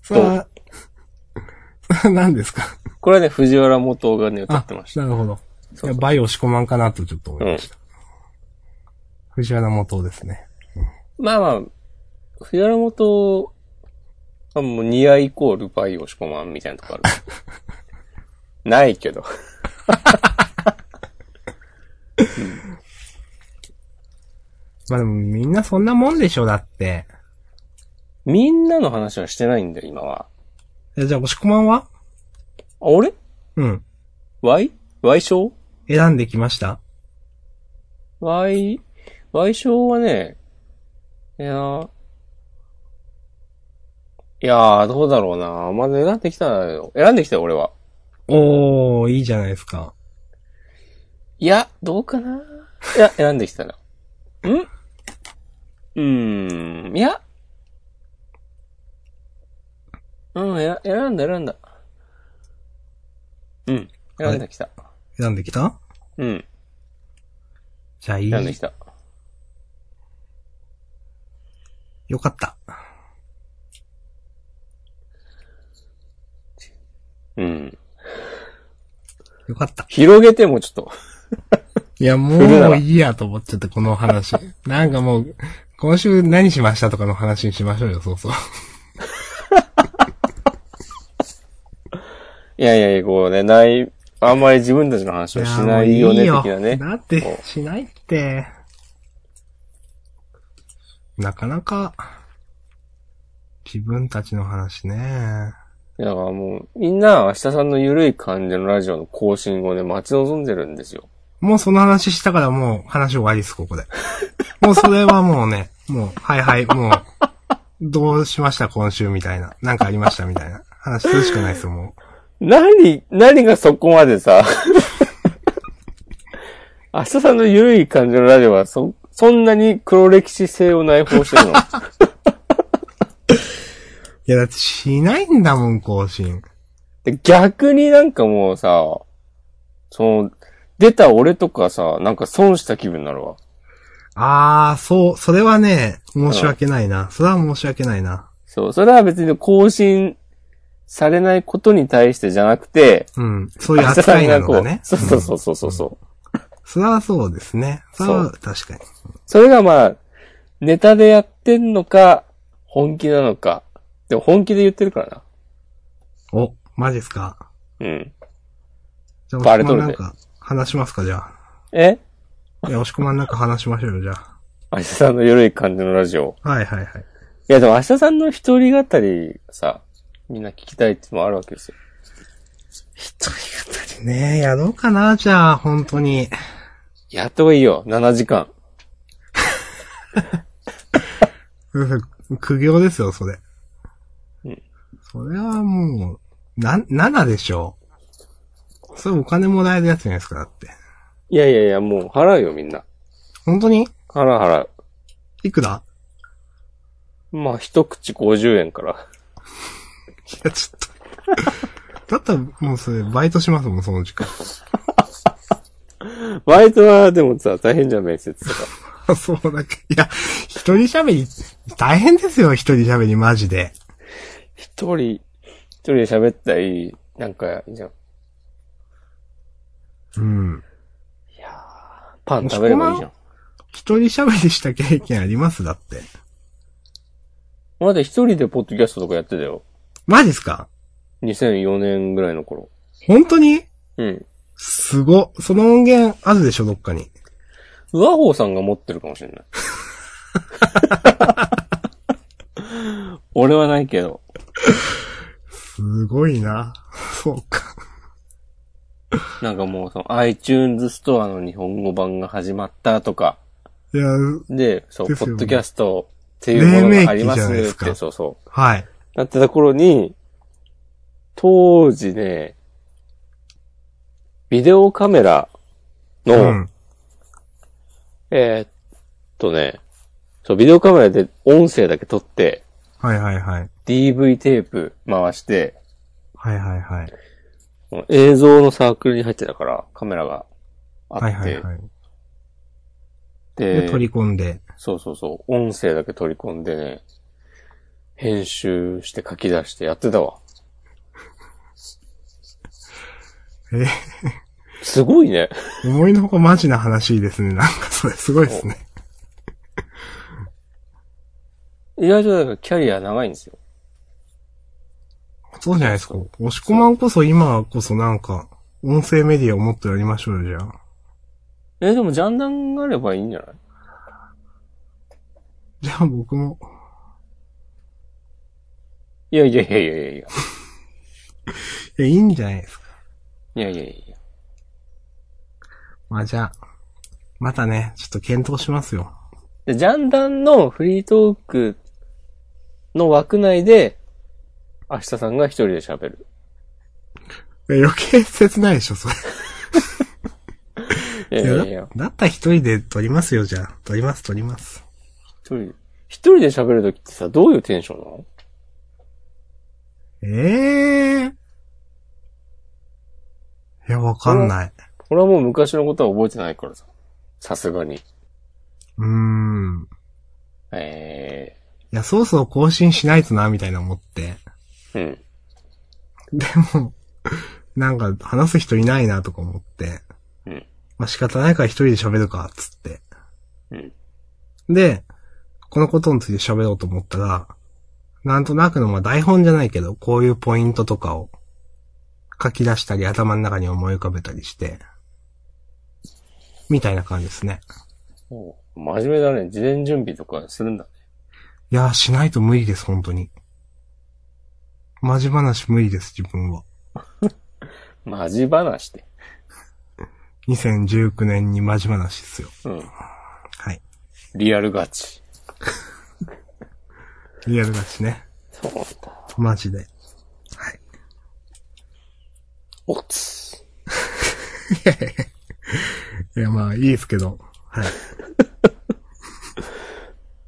S2: それは、 それは何ですか
S1: これはね、藤原元がね、歌ってました。
S2: なるほど。
S1: そうそう
S2: いや、バイオ押し込まんかなとちょっと思いました。藤原元ですね。
S1: まあまあ、藤原元、あもうニアイコールバイオシコマンみたいなと こある。ないけど。
S2: まあでもみんなそんなもんでしょ、だって。
S1: みんなの話はしてないんだよ、今は。
S2: え、じゃあ押し込まんは
S1: あ俺
S2: うん。
S1: ワイワイショー
S2: 選んできました
S1: ワイ、ワイショーはね、いやー、いやー、どうだろうな。まず選んできたよ。選んできたよ、俺は。
S2: おー、いいじゃないですか。
S1: いや、どうかな。いや、選んできたら。んうーん、いや。うん、や選んだ、選んだ。うん、選んできた。
S2: 選んできた
S1: うん、
S2: じゃあいい。
S1: 選んできた。
S2: よかった。
S1: うん。
S2: よかった。
S1: 広げてもちょっと。
S2: いや、も
S1: 古
S2: う
S1: 川
S2: いいやと思っちゃって、この話。なんかもう、今週何しましたとかの話にしましょうよ、そうそう。
S1: いやいやいや、こうね、ない、あんまり自分たちの話をしないよね、
S2: やもう
S1: 的なね。
S2: だって、しないって。なかなか、自分たちの話ね。
S1: だからもう、みんな明日さんのゆるい感じのラジオの更新をね、待ち望んでるんですよ。
S2: もうその話したからもう話終わりです、こ こで。もうそれはもうね、もう、はいはい、もう、どうしました今週みたいな。なんかありましたみたいな。話するしかないですよ、も
S1: 何、何がそこまでさ、 明日さんの緩い感じのラジオは、そ、そんなに黒歴史性を内包してるの
S2: う。いや、だってしないんだもん、更新。
S1: で逆になんかもうさ、その、出た俺とかさ、なんか損した気分になるわ。
S2: あー、そう、それはね、申し訳ないな。それは申し訳ないな。
S1: そう、それは別に更新されないことに対してじゃなくて、
S2: うん。そういう扱いなの
S1: こ
S2: が
S1: う、
S2: ね。
S1: そうそうそうそうそう。う
S2: それはそうですね。それは確かに。
S1: それがまあ、ネタでやってんのか、本気なのか。でも本気で言ってるから
S2: お、マジっすか。
S1: な。うん。
S2: じゃあ、
S1: バ
S2: 押
S1: レ
S2: し
S1: と
S2: 込
S1: る
S2: まん
S1: で
S2: なんか話しますか、じゃあ。
S1: え
S2: いや、押し込まんなんか話しましょうよ、じゃあ。
S1: 明日さんの緩い感じのラジオ。
S2: はいはいはい。
S1: いやでも明日さんの一人語りさ、みんな聞きたいってのもあるわけですよ。
S2: 一人語りね、やろうかな、じゃあ、本当に。
S1: やった方がいいよ。7時間。
S2: うん苦行ですよ、それ。
S1: うん
S2: それはもう、な、7でしょう。それお金もらえるやつじゃないですか、だって。
S1: いやいやいや、もう払うよみんな。
S2: 本当に
S1: 払う払
S2: いくら
S1: う。まあ一口50円から。
S2: いや、ちょっと。だ ったら、もうそれ、バイトしますもん、その時間。
S1: バイトはでもさ、大変じゃん面接とか。
S2: あ そうだけど。いや、一人喋り、大変ですよ、一人喋り、マジで。
S1: 一人、一人で喋ったらいい、なんかいいじゃん。
S2: うん。
S1: パン食べればいいじゃん。
S2: 一人喋りした経験ありますだって。
S1: まだ一人でポッドキャストとかやってたよ。
S2: マジっすか
S1: 2004年ぐらいの頃。
S2: 本当に
S1: うん。
S2: すご。その音源あるでしょ、どっかに。
S1: ウワホーさんが持ってるかもしれない。 俺はないけど。
S2: すごいな。 そうか。
S1: なんかもうその iTunes ストアの日本語版が始まったとか。
S2: いや、
S1: で、そう、
S2: です
S1: ポ
S2: よね
S1: ッドキャストっていうものがあります
S2: 黎明期じゃないで
S1: っ
S2: す
S1: て、
S2: か
S1: そうそう。
S2: はい。
S1: なってた頃に、当時ね、ビデオカメラ
S2: う
S1: の、
S2: ん。
S1: えーっとね、そう、ビデオカメラで音声だけ撮って、
S2: はいはいはい。
S1: DV テープ回して、
S2: はいはいはい。
S1: この映像のサークルに入ってたから、カメラがあって、
S2: はいはいはい。
S1: で
S2: で、取り込んで。
S1: そうそうそう、音声だけ取り込んでね、編集して書き出してやってたわ。
S2: え
S1: すごいね。
S2: 思いのほかマジな話ですね。なんかそれすごいですね。
S1: 意外とだからキャリア長いんですよ。
S2: そうじゃないですか。押し込まんこそ今こそなんか、音声メディアをもっとやりましょうよ、じゃあ。
S1: え、でもジャンダンがあればいいんじゃない
S2: じゃあ僕も。
S1: いやいやいやいやいやいや。
S2: いや、いいんじゃないですか。
S1: いやいやいや。
S2: まあじゃあ、またね、ちょっと検討しますよ。
S1: で、ジャンダンのフリートークの枠内で、明日さんが一人で喋る。
S2: いや余計切ないでしょ、それ。
S1: いやいやいや。
S2: だったら一人で撮りますよ、じゃあ。撮ります、撮ります。
S1: 一人で、一人で喋るときってさ、どういうテンションなの
S2: ええいや、わかんない。
S1: 俺はもう昔のことは覚えてないからさ。さすがに。
S2: うーん。
S1: え
S2: いや、そろそろ更新しないとな、みたいな思って。
S1: えうん。
S2: でも、なんか話す人いないな、とか思って。
S1: うん
S2: まあ仕方ないから一人で喋るか、つって。
S1: うん。
S2: で、このことについて喋ろうと思ったら、なんとなくの、まあ台本じゃないけど、こういうポイントとかを書き出したり、頭の中に思い浮かべたりして、みたいな感じですね。
S1: お真面目だね。事前準備とかするんだね。
S2: いやー、しないと無理です、本当に。マジ話無理です、自分は。
S1: マジ話って。
S2: 2019年にマジ話っすよ。
S1: うん。
S2: はい。
S1: リアルガチ。
S2: リアルガチね。
S1: そうなんだ。
S2: マジで。はい。
S1: おつ。
S2: いや、まあ、いいですけど。はい。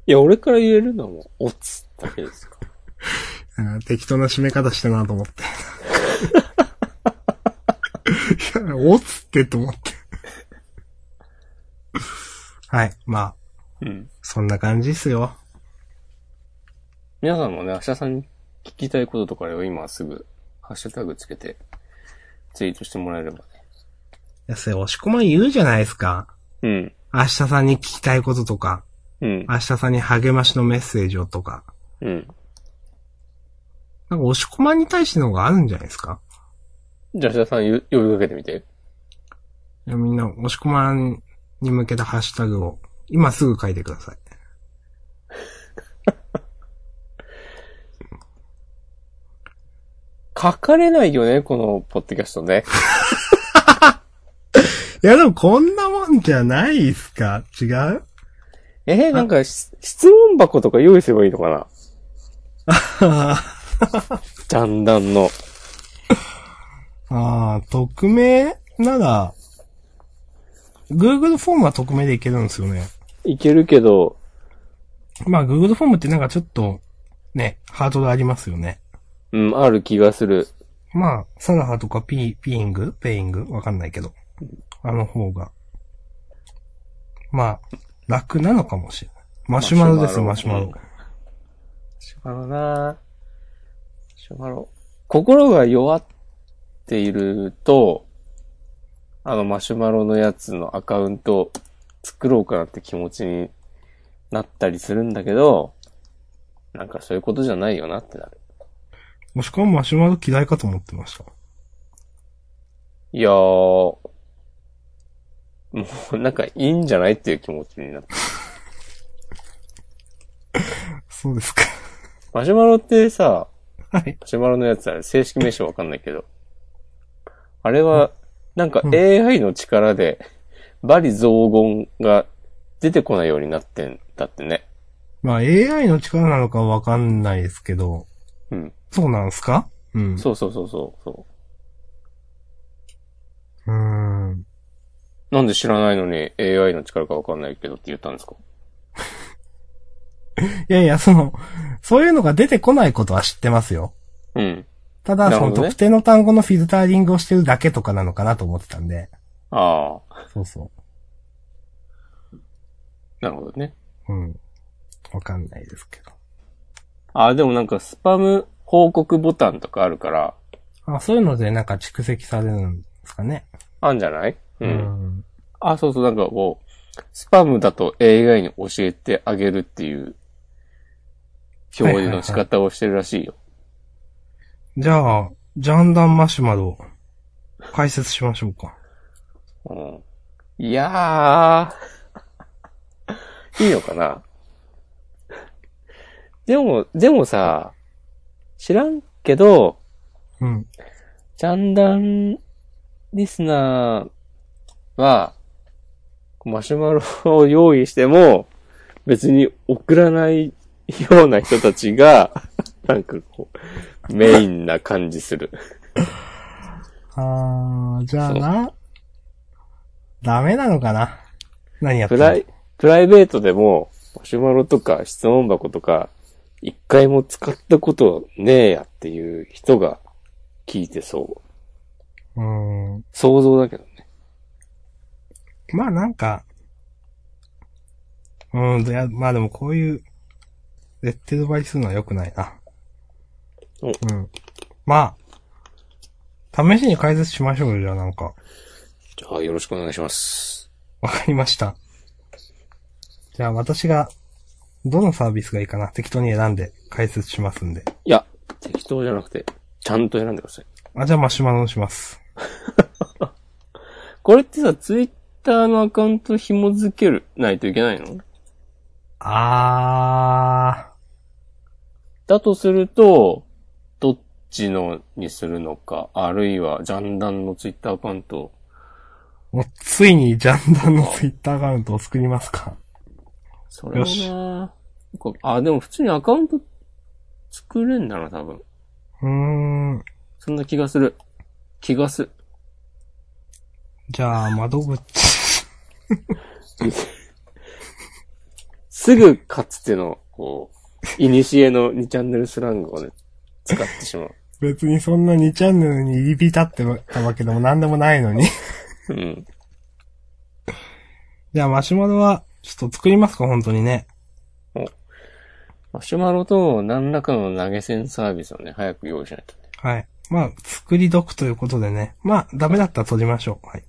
S1: いや、俺から言えるのも、おつだけですか。
S2: なんか適当な締め方したなと思って。 いや、おつってと思って。はい。まあ、
S1: うん。
S2: そんな感じっすよ。
S1: 皆さんもね、明日さんに聞きたいこととかあれば今すぐ、ハッシュタグつけて、ツイートしてもらえればね。
S2: いや、それ、押し込まん言うじゃないですか。
S1: うん。
S2: 明日さんに聞きたいこととか、
S1: うん。
S2: 明日さんに励ましのメッセージをとか。
S1: うん。
S2: なんか、押し込まんに対しての方があるんじゃないですか
S1: じゃあ、明日さんゆ呼びかけてみて。
S2: いやみんな、押し込まんに向けたハッシュタグを、今すぐ書いてください。
S1: 書かれないよね、このポッドキャストね。
S2: いや、でもこんなもんじゃないっすか違う
S1: えーなんかし、質問箱とか用意すればいいのかな
S2: あ
S1: ジャンダンの。
S2: あ、匿名なら、Google フォームは匿名でいけるんですよね。
S1: いけるけど、
S2: まあ、Google フォームってなんかちょっと、ね、ハードルありますよね。
S1: うん、ある気がする。
S2: まあ、サラハとかピピーイングペイングわかんないけど。あの方が。まあ、楽なのかもしれない。マシュマロですよ、マ
S1: マ
S2: シ
S1: シ
S2: ュ
S1: ュ
S2: マ
S1: マ
S2: ロ
S1: ロ。シュマロなぁシュマロ。心が弱っていると、あのマシュマロのやつのアカウント作ろうかなって気持ちになったりするんだけど、なんかそういうことじゃないよなってなる。
S2: もしくはマシュマロ嫌いかと思ってました。
S1: いやー、もうなんかいいんじゃないっていう気持ちになって。
S2: そうですか。
S1: マシュマロってさ、
S2: はい。
S1: マシュマロのやつあれ、正式名称わかんないけど。あれは、なんか
S2: うん
S1: AI の力で、バリ増言が出てこないようになってんだってね。
S2: まあ、AI の力なのかわかんないですけど、
S1: うん。
S2: そうなんすかうん。。
S1: そうそうそうそうそう
S2: ーん。
S1: う。なんで知らないのに AI の力かわかんないけどって言ったんですか
S2: いやいや、その、そういうのが出てこないことは知ってますよ。
S1: うん。
S2: ただ、
S1: なる
S2: そ
S1: ほ
S2: の
S1: どね
S2: 特定の単語のフィルタリングをしてるだけとかなのかなと思ってたんで。
S1: ああ、
S2: そうそ
S1: なるほどね。
S2: う。うん。わかんないですけど。
S1: ああ、でもなんかスパム報告ボタンとかあるから、
S2: あ、そういうのでなんか蓄積されるんですかね。
S1: あんじゃないうん
S2: ん。
S1: あ、そうそう、なんかこう、スパムだと AI に教えてあげるっていう、表示の仕方をしてるらしいよ。
S2: じゃあ、ジャンダンマシュマロ、解説しましょうか。
S1: うん。いやー、いい のかなでも、でもさ、知らんけど、
S2: うん。
S1: ジャンダンリスナーは、マシュマロを用意しても、別に送らないような人たちが、 なんかこう、メインな感じする。
S2: あー、じゃあ
S1: そう
S2: な、ダメなのかな何やって
S1: プ
S2: ん
S1: ラ
S2: の
S1: イ、プライベートでも、マシュマロとか質問箱とか、一回も使ったことねえやっていう人が聞いてそう。
S2: うーん。
S1: 想像だけどね。
S2: まあなんか、うん、いや、まあでもこういう、レッテル貼りするのは良くないな。
S1: お
S2: うん。まあ、試しに解説しましょうよ、じゃあなんか。
S1: じゃあよろしくお願いします。
S2: わかりました。じゃあ私が、どのサービスがいいかな適当に選んで解説しますんで。
S1: いや、適当じゃなくて、ちゃんと選んでください。
S2: あ、じゃあマシュマロにします。
S1: これってさ、ツイッターのアカウント紐付けるないといけないの
S2: あ
S1: だとすると、どっちのにするのか、あるいは、ジャンダンのツイッターアカウント
S2: もうついにジャンダンのツイッターアカウントを作りますか。
S1: それもなこうあ、でも普通にアカウント作れんだな、多分。
S2: うーん。
S1: そんな気がする。気がする。
S2: じゃあ、窓口。
S1: すぐかつての、こう、いにしえの2チャンネルスラングをね、使ってしまう。
S2: 別にそんな2チャンネルに入り浸ってたわけでも何でもないのに。
S1: うん。
S2: じゃあ、マシュマロは、ちょっと作りますか、本当にね。
S1: マシュマロと何らかの投げ銭サービスをね、早く用意しないとね。
S2: はい。まあ、作り読ということでね。まあ、ダメだったら取りましょう。はい。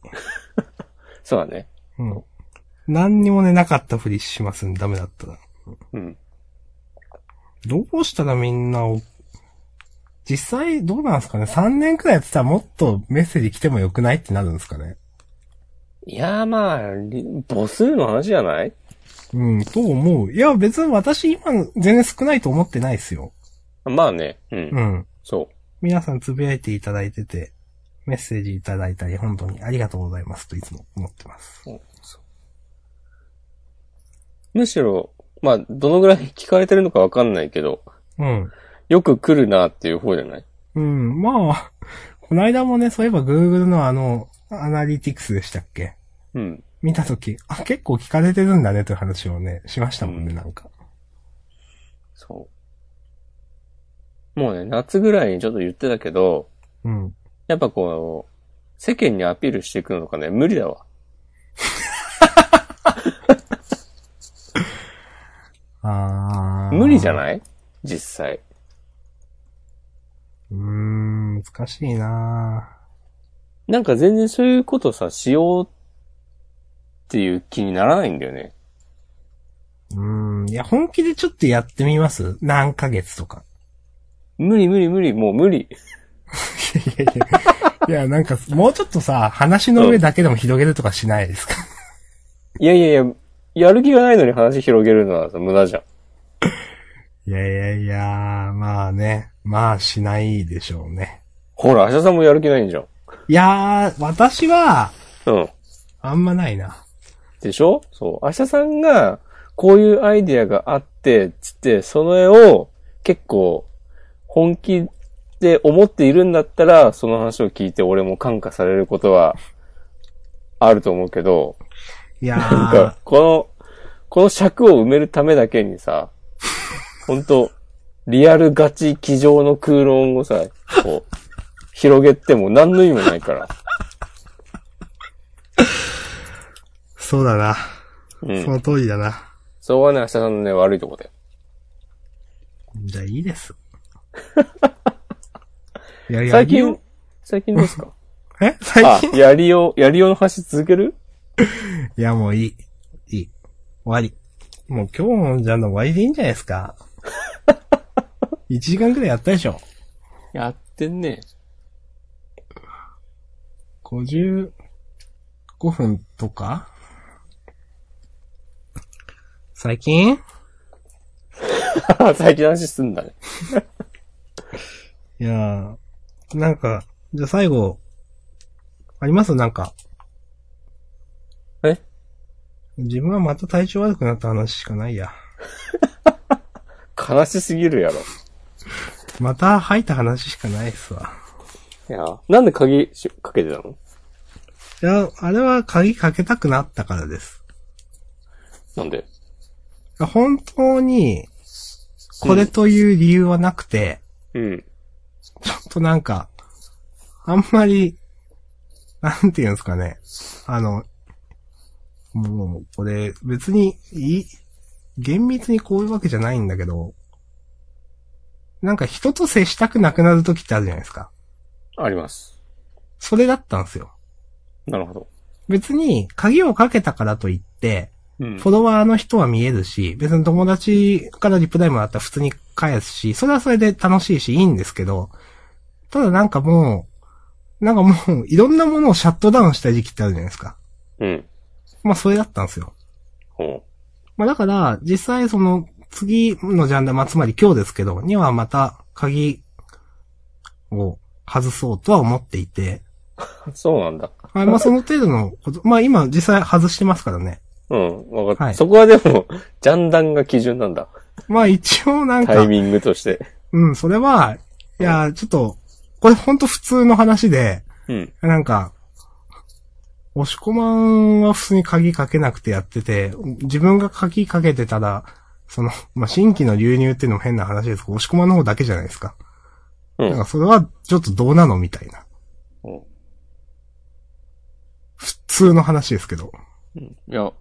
S1: そうだね。
S2: うん。何にもね、なかったふりしますんで、ダメだったら。
S1: うん。
S2: どうしたらみんなを、実際どうなんですかね ?3 年くらいやってたらもっとメッセージ来てもよくないってなるんですかね
S1: いやーまあ、り母数の話じゃない
S2: うん、と思う。いや、別に私今全然少ないと思ってないですよ。
S1: まあね、うん。
S2: うん。
S1: そ
S2: 皆さんつぶやいていただいてて、メッセージいただいたり、本当にありがとうございますといつも思ってます。
S1: う。むしろ、まあ、どのぐらい聞かれてるのかわかんないけど、
S2: うん。
S1: よく来るなっていう方じゃない
S2: うん、まあ、この間もね、そういえば Google のあの、アナリティクスでしたっけ
S1: うん。
S2: 見たとき、あ、結構聞かれてるんだねという話をね、しましたもんね、
S1: うん
S2: なんか。
S1: そう。もうね、夏ぐらいにちょっと言ってたけど、
S2: うん。
S1: やっぱこう、世間にアピールしていくのとかね、無理だわ。
S2: あー
S1: 無理じゃない実際。
S2: うーん、難しいな
S1: なんか全然そういうことさ、しようっていう気にならないんだよね。
S2: ぁうーん、いや、本気でちょっとやってみます何ヶ月とか。
S1: 無理無理無理、もう無理。
S2: いやいやいや、いやなんか、もうちょっとさ、話の上だけでも広げるとかしないですか
S1: いやいやいや、やる気がないのに話広げるのはさ、無駄じゃん。
S2: いやいやいや、まあね。まあ、しないでしょうね。
S1: ほら、明日さんもやる気ないんじゃん。
S2: いやー、私は、
S1: うん。
S2: あんまないな。
S1: でしょそう。明日さんが、こういうアイディアがあって、つって、その絵を、結構、本気で思っているんだったら、その話を聞いて俺も感化されることは、あると思うけど、
S2: いや
S1: なんか
S2: ー、、
S1: この、この尺を埋めるためだけに さ、ほんと、リアルガチ机上の空論をさ、こう、広げても何の意味もないから。
S2: そうだな。
S1: う
S2: そ
S1: ん。
S2: の通りだな。
S1: そこはね、明日さんのね、悪いとこだよ。
S2: じゃあ、い いです。いや、や
S1: 最
S2: り
S1: 近
S2: よ、
S1: 最近です か
S2: え最
S1: あ
S2: 近、
S1: やりよう、やりようの話続ける
S2: いや、もういい。いい。終わり。もう今日のじゃあの終わりでいいんじゃないで すか。1時間くらいやったでしょ。
S1: やってんね。
S2: 55分とか最近
S1: 最近の話すんだね。
S2: いやー、なんか、じゃあ最後、ありますなんか。
S1: え
S2: 自分はまた体調悪くなった話しかないや。
S1: 悲しすぎるやろ。
S2: また吐いた話しかないっすわ。
S1: いや、なんで鍵しかけてたの
S2: いや、あれは鍵かけたくなったからです。
S1: なんで
S2: 本当に、これという理由はなくて、
S1: うん。
S2: ちょっとなんか、あんまり、なんていうんですかね。あの、もう、これ、別に、い、厳密にこういうわけじゃないんだけど、なんか人と接したくなくなる時ってあるじゃないですか。
S1: あります。
S2: それだったんですよ。
S1: なるほど。
S2: 別に、鍵をかけたからといって、
S1: うん
S2: フォロワーの人は見えるし、別に友達からリプライもらったら普通に返すし、それはそれで楽しいし、いいんですけど、ただなんかもう、なんかもう、いろんなものをシャットダウンした時期ってあるじゃないですか。
S1: うん。
S2: まあ、それだったんですよ。
S1: ほ
S2: まあ、だから、実際その、次のジャンル、まあ、つまり今日ですけど、にはまた、鍵を外そうとは思っていて、
S1: う。そうなんだ。
S2: はい、まあその程度のこと、まあ今実際外してますからね。
S1: うん、わかった。
S2: はい
S1: そこはでも、ジャンダンが基準なんだ。
S2: まあ一応なん
S1: タ
S2: か
S1: イ、ミングとして。
S2: うん、それは、いや、ちょっと、これほんと普通の話で、
S1: うん。
S2: なんか、押し込まんは普通に鍵かけなくてやってて、自分が鍵かけてたら、その、まあ、新規の流入っていうのも変な話ですけど、押し込まんの方だけじゃないですか。
S1: うん
S2: なんかそれはちょっとどうなのみたいな。
S1: うん
S2: 普通の話ですけど。
S1: うんいや、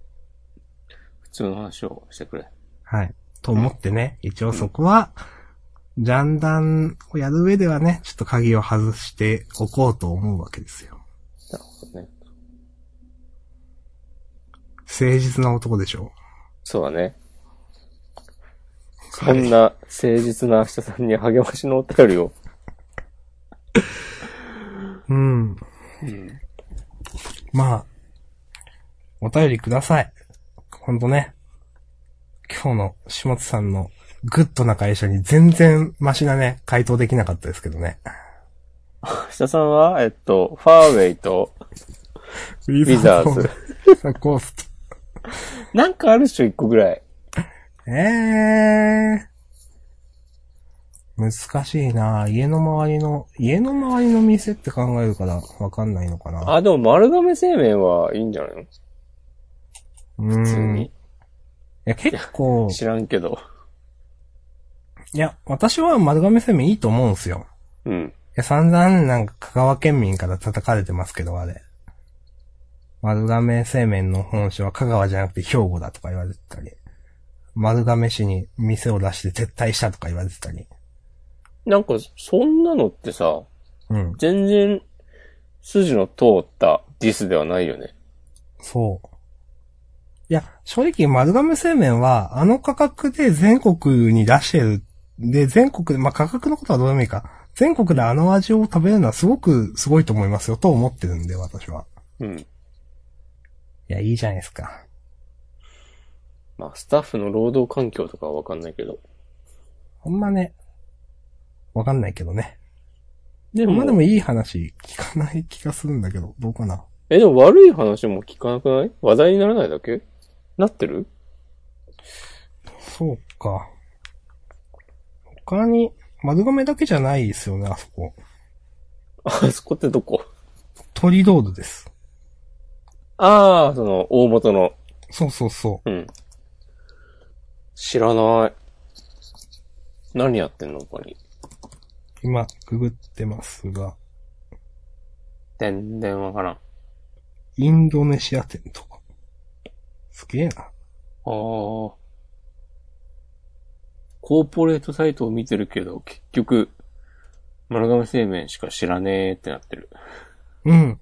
S1: 普通の話をしてくれ。
S2: はい。と思ってね、一応そこは、ジャンダンをやる上ではね、ちょっと鍵を外しておこうと思うわけですよ。
S1: なるほどね。
S2: 誠実な男でしょ
S1: そうだね。そんな誠実な明日さんに励ましのお便りを。
S2: う。う
S1: う
S2: ん。
S1: ん。
S2: まあ、お便りください。ほんとね。今日の下津さんのグッドな会社に全然マシなね、回答できなかったですけどね。
S1: 明日さんは、えっと、ファーウェイと、
S2: ウィ
S1: ィザ ーズ。
S2: コースト。
S1: なんかあるっしょ、一個ぐらい。
S2: ええー。難しいな家の周りの、家の周りの店って考えるからわかんないのかな。
S1: あ、でも丸亀製麺はいいんじゃないの
S2: う
S1: 普通
S2: ん。い
S1: に。
S2: や、結構、
S1: 知らんけど。
S2: いや、私は丸亀製麺いいと思うんすよ。
S1: うん。
S2: いや、散々なんか香川県民から叩かれてますけど、あれ。丸亀製麺の本社は香川じゃなくて兵庫だとか言われてたり。丸亀市に店を出して撤退したとか言われてたり。
S1: なんか、そんなのってさ、
S2: うん。
S1: 全然、筋の通ったディスではないよね。
S2: そう。いや、正直丸亀製麺は、あの価格で全国に出してる。で、全国で、まあ、価格のことはどうでもいいか。全国であの味を食べるのはすごくすごいと思いますよ、と思ってるんで、私は。
S1: うん。
S2: いや、いいじゃないですか。
S1: まあ、スタッフの労働環境とかはわかんないけど。
S2: ほんまね、わかんないけどね。
S1: で
S2: まあでもいい話聞かない 気がするんだけど、どうかな。
S1: え、でも悪い話も聞かなくない話題にならないだけなってる
S2: そうか。他に、丸亀だけじゃないですよね、あそこ。
S1: あそこってどこ
S2: トリドールです。
S1: ああ、その、大元の。
S2: そうそうそ
S1: うん。知らない。何やってんの他に。
S2: う。今、ググってますが、
S1: 全然わからん。あ
S2: インドネシア店とか。すげえな。
S1: あ。コーポレートサイトを見てるけど、結局、丸亀製麺しか知らねえってなってる。
S2: うん。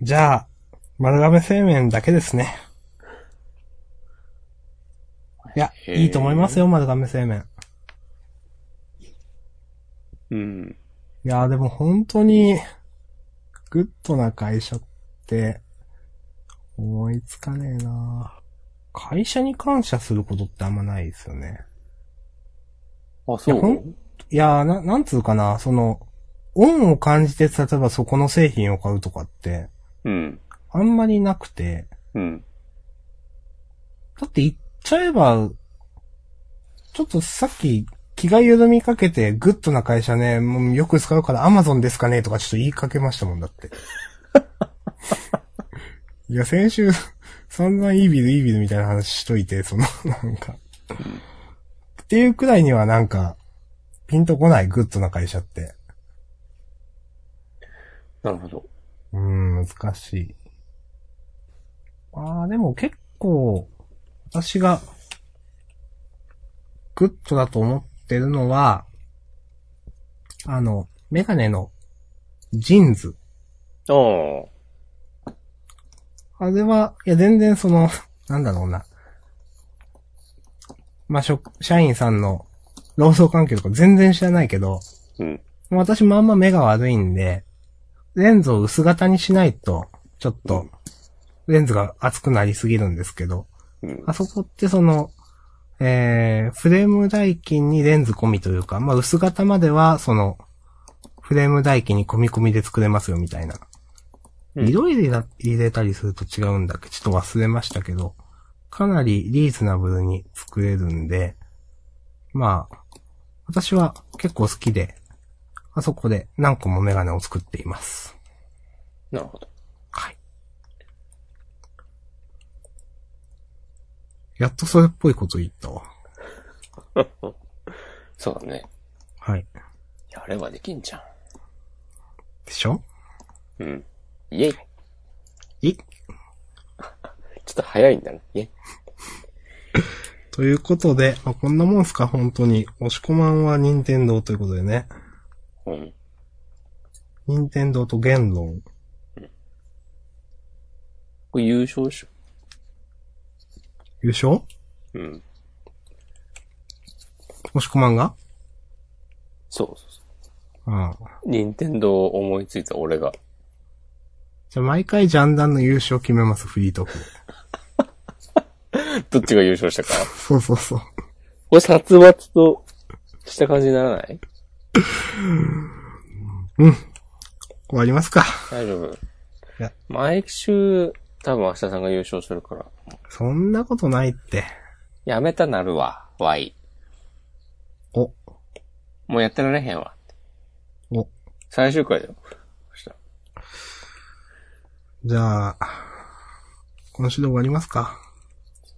S2: じゃあ、丸亀製麺だけですね。いや、
S1: へー
S2: いいと思いますよ、丸亀製麺。
S1: うん。
S2: いやーでも本当に、グッドな会社って、思いつかねえな会社に感謝することってあんまないですよね。
S1: あ、そ
S2: いやほん
S1: う
S2: いやーな、なんつうかな、その、恩を感じて、例えばそこの製品を買うとかって、
S1: うん。
S2: あんまりなくて、
S1: うん。
S2: だって言っちゃえば、ちょっとさっき気が緩みかけて、グッドな会社ね、もうよく使うからアマゾンですかねとかちょっと言いかけましたもんだって。 いや、先週、散々いいビルいいビルみたいな話しといて、その、なんか。っていうくらいにはなんか、ピンとこないグッドな会社って。
S1: なるほど。
S2: うーん、難しい。ああ、でも結構、私が、グッドだと思ってるのは、あの、メガネの、ジーンズ。
S1: ああ。
S2: あれは、いや、全然その、 なんだろうな。まあ、しょ、社員さんの、労働環境とか全然知らないけど、
S1: うん。
S2: もう私まんま目が悪いんで、レンズを薄型にしないと、ちょっと、レンズが厚くなりすぎるんですけど、
S1: うん。
S2: あそこってその、えー、フレーム代金にレンズ込みというか、まあ薄型までは、その、フレーム代金に込み込みで作れますよみたいな色入れな入れたりすると違うんだっけちょっと忘れましたけど、かなりリーズナブルに作れるんで、まあ、私は結構好きで、あそこで何個もメガネを作っています。
S1: なるほど。
S2: はい。やっとそれっぽいこと言ったわ。
S1: そうだね。
S2: はい。
S1: やればできんじゃ
S2: でしょ
S1: ん。うん。イェイ。ちょ
S2: い
S1: っと早いんだな。イェイ。
S2: ということで、まあ、こんなもんすか、本当に。押し込まんは任天堂ということでね。
S1: うん。
S2: 任天堂と言論。
S1: これ優勝し
S2: 優勝
S1: ょ。うん。
S2: 押し込まんが
S1: そうそうそ
S2: うん。
S1: う。任天堂を思いついた俺が。
S2: じゃあ、毎回ジャンダンの優勝決めます、フリートークで。
S1: どっちが優勝した か。
S2: そうそうそう。
S1: これ殺伐とした感じにならない
S2: 終わりますか。
S1: 大丈夫
S2: いや。
S1: 毎週、多分明日さんが優勝するから。
S2: そんなことないって。
S1: やめたなるわ。わい。
S2: お、
S1: もうやってられへんわ。
S2: お。
S1: 最終回だよ。明
S2: じゃあ、今週で終わりますか。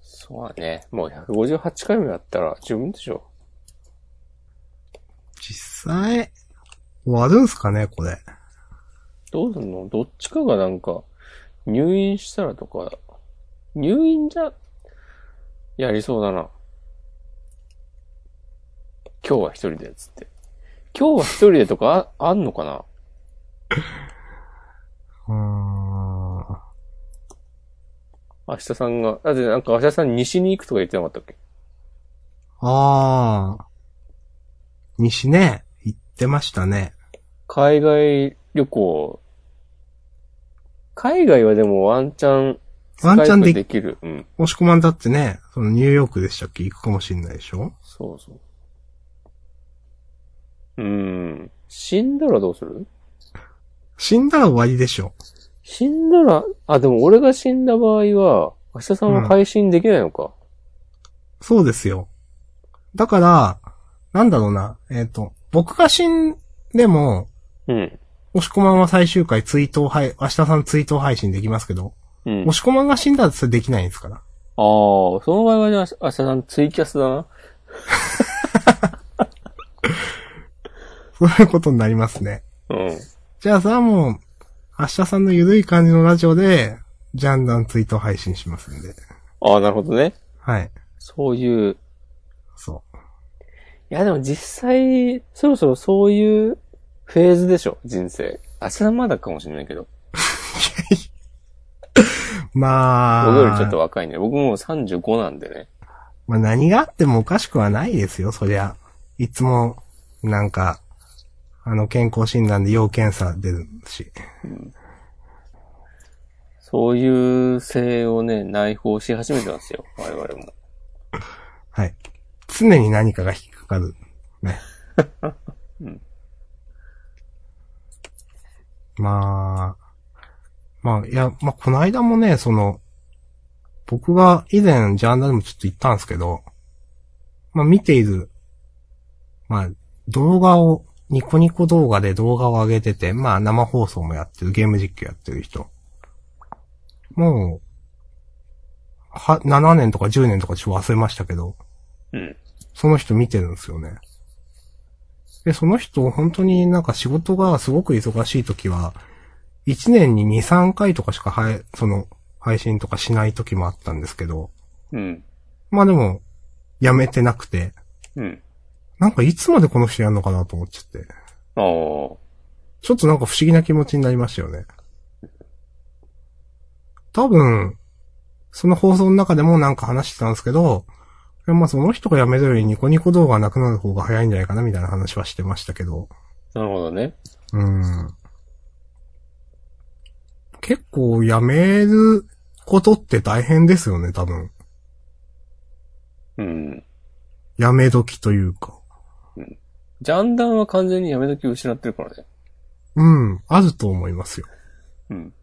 S1: 日そうだね。もう158回もやったら十分でしょ。
S2: 実際、終わるんすかね、これ。
S1: どうすんのどっちかがなんか、入院したらとか、入院じゃ、やりそうだな。今日は一人で、つって。今日は一人でとかあ、あんのかな
S2: うーん。
S1: 明日さんが、だってなんか明日さん西に行くとか言ってなかったっけ
S2: あー。西ね、行ってましたね。
S1: 海外旅行、海外はでもワンチャン、
S2: ワンチャンで
S1: スカイプできる。うん。
S2: 押し込まんだってね、そのニューヨークでしたっけ行くかもしんないでしょ
S1: そうそう。うーん。死んだらどうする
S2: 死んだら終わりでしょ。
S1: 死んだら、あ、でも俺が死んだ場合は、明日さんは配信できないのか。
S2: そうですよ。だから、なんだろうな、えっ、と、僕が死んでも、
S1: うん。
S2: 押し込まんは最終回追悼配、明日さん追悼配信できますけど、
S1: うん。
S2: 押し込まんが死んだらそれできないんですから。
S1: ああ、その場合はじゃあ、明日さんツイキャスだな。
S2: そういうことになりますね。
S1: うん。
S2: じゃあさ、もう、明日さんのゆるい感じのラジオで、ジャンダン追悼配信しますんで。
S1: ああ、なるほどね。
S2: はい。
S1: そういう、
S2: そ
S1: いやでも実際、そろそろそういうフェーズでしょ、人生。明日はまだかもしれないけど。
S2: う。まあ、
S1: 僕よりちょっと若いね。僕もう35なんでね。
S2: まあ何があってもおかしくはないですよ、そりゃ。いつも、なんか、あの、健康診断で要検査出るし。
S1: そういう性をね、内包し始めてますよ。我々も。
S2: はい。常に何かが引っかかる。ね。まあ、まあ、いや、まあ、この間もね、その、僕が以前ジャンダルもちょっと言ったんですけど、まあ見ている、まあ動画を、ニコニコ動画で動画を上げてて、まあ生放送もやってる、ゲーム実況やってる人。もう、は、7年とか10年とかちょっと忘れましたけど、
S1: うん。
S2: その人見てるんですよね。で、その人、本当になんか仕事がすごく忙しい時は、1年に2、3回とかしか配、その、配信とかしない時もあったんですけど、
S1: うん。
S2: まあでも、やめてなくて、
S1: うん。
S2: なんかいつまでこの人やるのかなと思っちゃって、
S1: ああ。
S2: ちょっとなんか不思議な気持ちになりましたよね。多分、その放送の中でもなんか話してたんですけど、まあその人が辞めるよりニコニコ動画なくなる方が早いんじゃないかなみたいな話はしてましたけど、
S1: なるほどね。
S2: うん。結構辞めることって大変ですよね、多分。
S1: うん。
S2: 辞め時というか。
S1: ジャンダンは完全にやめとき失ってるからね。
S2: うん、あると思いますよ。
S1: うん。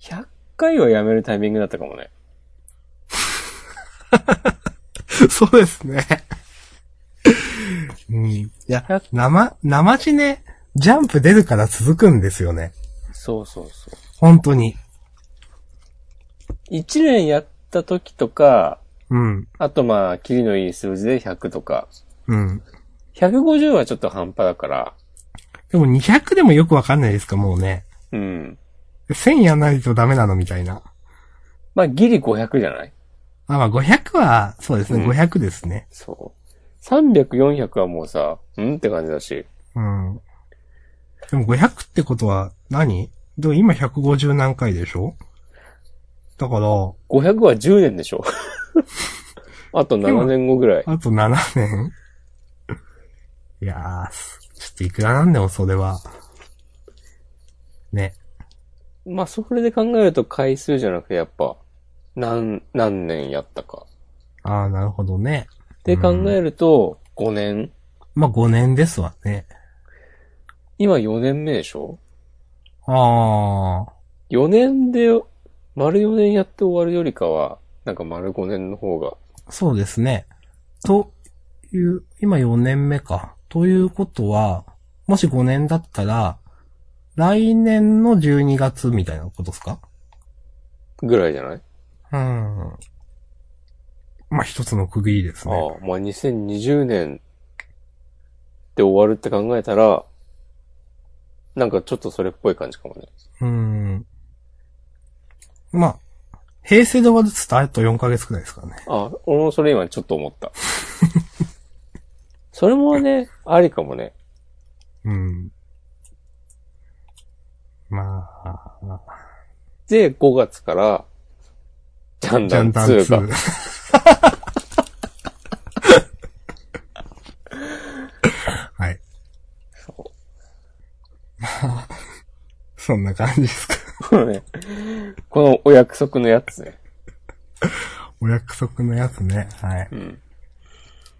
S1: 100回はやめるタイミングだったかもね。
S2: そうですね。うん。いや、生、生地ね、ジャンプ出るから続くんですよね。
S1: そうそうそう。
S2: 本当に。
S1: 1年やった時とか、
S2: うん。
S1: あとまあ、キリのいい数字で100とか、
S2: うん。
S1: 150はちょっと半端だから、
S2: でも200でもよくわかんないですか、もうね。
S1: うん。
S2: 1000やんないとダメなのみたいな。
S1: まあ、ギリ500じゃない
S2: あ、まあ500は、そうですね、
S1: うん
S2: 500ですね。
S1: そう。300、400はもうさ、うんって感じだし、
S2: うん。でも500ってことは何、でも今150何回でしょだから、
S1: 500は10年でしょ あと7年後ぐらい。
S2: あと7年いやー、すちょっといくらなんでもそれは。ね。
S1: まあ、それで考えると回数じゃなくて、やっぱ、何、何年やったか。
S2: あー、なるほどね。
S1: で考えると、5年
S2: まあ5年ですわね。
S1: 今4年目でしょ
S2: あー、
S1: ?4 年で、丸4年やって終わるよりかは、なんか丸5年の方が、
S2: そうですね。という、今4年目か。ということは、もし5年だったら、来年の12月みたいなことですか
S1: ぐらいじゃない
S2: うん。まあ、一つの区切りです
S1: あ
S2: ね。
S1: あ、まあ2020年で終わるって考えたら、なんかちょっとそれっぽい感じかもね。
S2: うん。まあ、平成で終わるっつったらあと4ヶ月くらいですからね。
S1: あ、俺もそれ今ちょっと思 った。それもね、ありかもね。
S2: うん。まあ、
S1: で、5月から、ジャン
S2: ジャ
S1: ダン
S2: ンダン2
S1: 2
S2: が
S1: が。。
S2: はい。
S1: そ
S2: そんな感じですか。
S1: うこのね、 このお約束のやつね。
S2: お約束のやつね。はい。
S1: うん。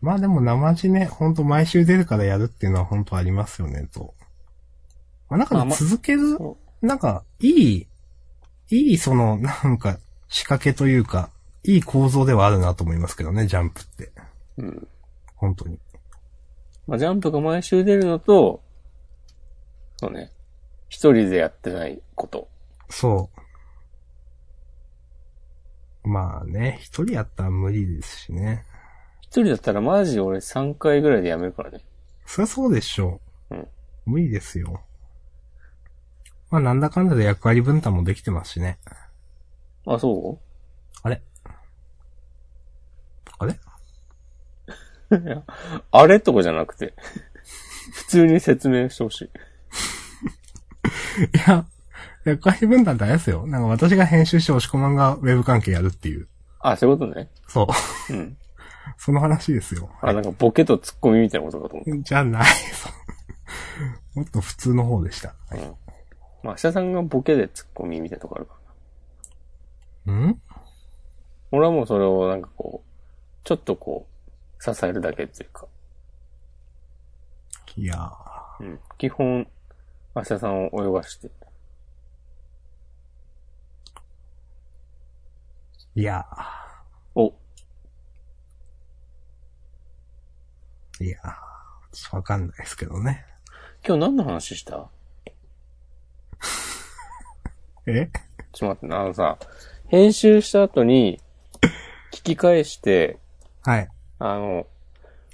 S2: まあでも生地ね、ほんと毎週出るからやるっていうのは本当ありますよね、と。まあなん
S1: ま
S2: か
S1: あま
S2: 続ける、
S1: そ
S2: なんか、いい、いいその、 なんか、仕掛けというか、いい構造ではあるなと思いますけどね、ジャンプって。
S1: うん。
S2: 本当に。
S1: まあ、ジャンプが毎週出るのと、そうね、一人でやってないこと。
S2: そう。まあね、一人やったら無理ですしね。
S1: 一人だったらマジで俺3回ぐらいでやめるからね。
S2: そりゃそうでしょう。
S1: うん
S2: 無理ですよ。まあなんだかんだで役割分担もできてますしね。
S1: あ、そ
S2: あれあれ
S1: う いやあれとかじゃなくて、 普通に説明してほしい。
S2: いや、役割分担ってあれですよ。なんか私が編集して押し込まんがウェブ関係やるっていう。
S1: あ、そういうことね。
S2: そう。
S1: うん。
S2: その話ですよ。
S1: あ、なんかボケとツッコミみたいなことかと思っ
S2: じゃない。そうもっと普通の方でした。
S1: た。うん。まあ、明日さんがボケでツッコミみたいなとこあるからな。
S2: うん
S1: 俺はもうそれをなんかこう、ちょっとこう、支えるだけっていうか、
S2: いやー。
S1: うん。基本、明日さんを泳がして。
S2: いや
S1: お、
S2: ー。いやー。ちょっとわかんないですけどね。
S1: 今日何の話した
S2: え
S1: ちょっと待ってな、あのさ、編集した後に、聞き返して、
S2: はい。
S1: あの、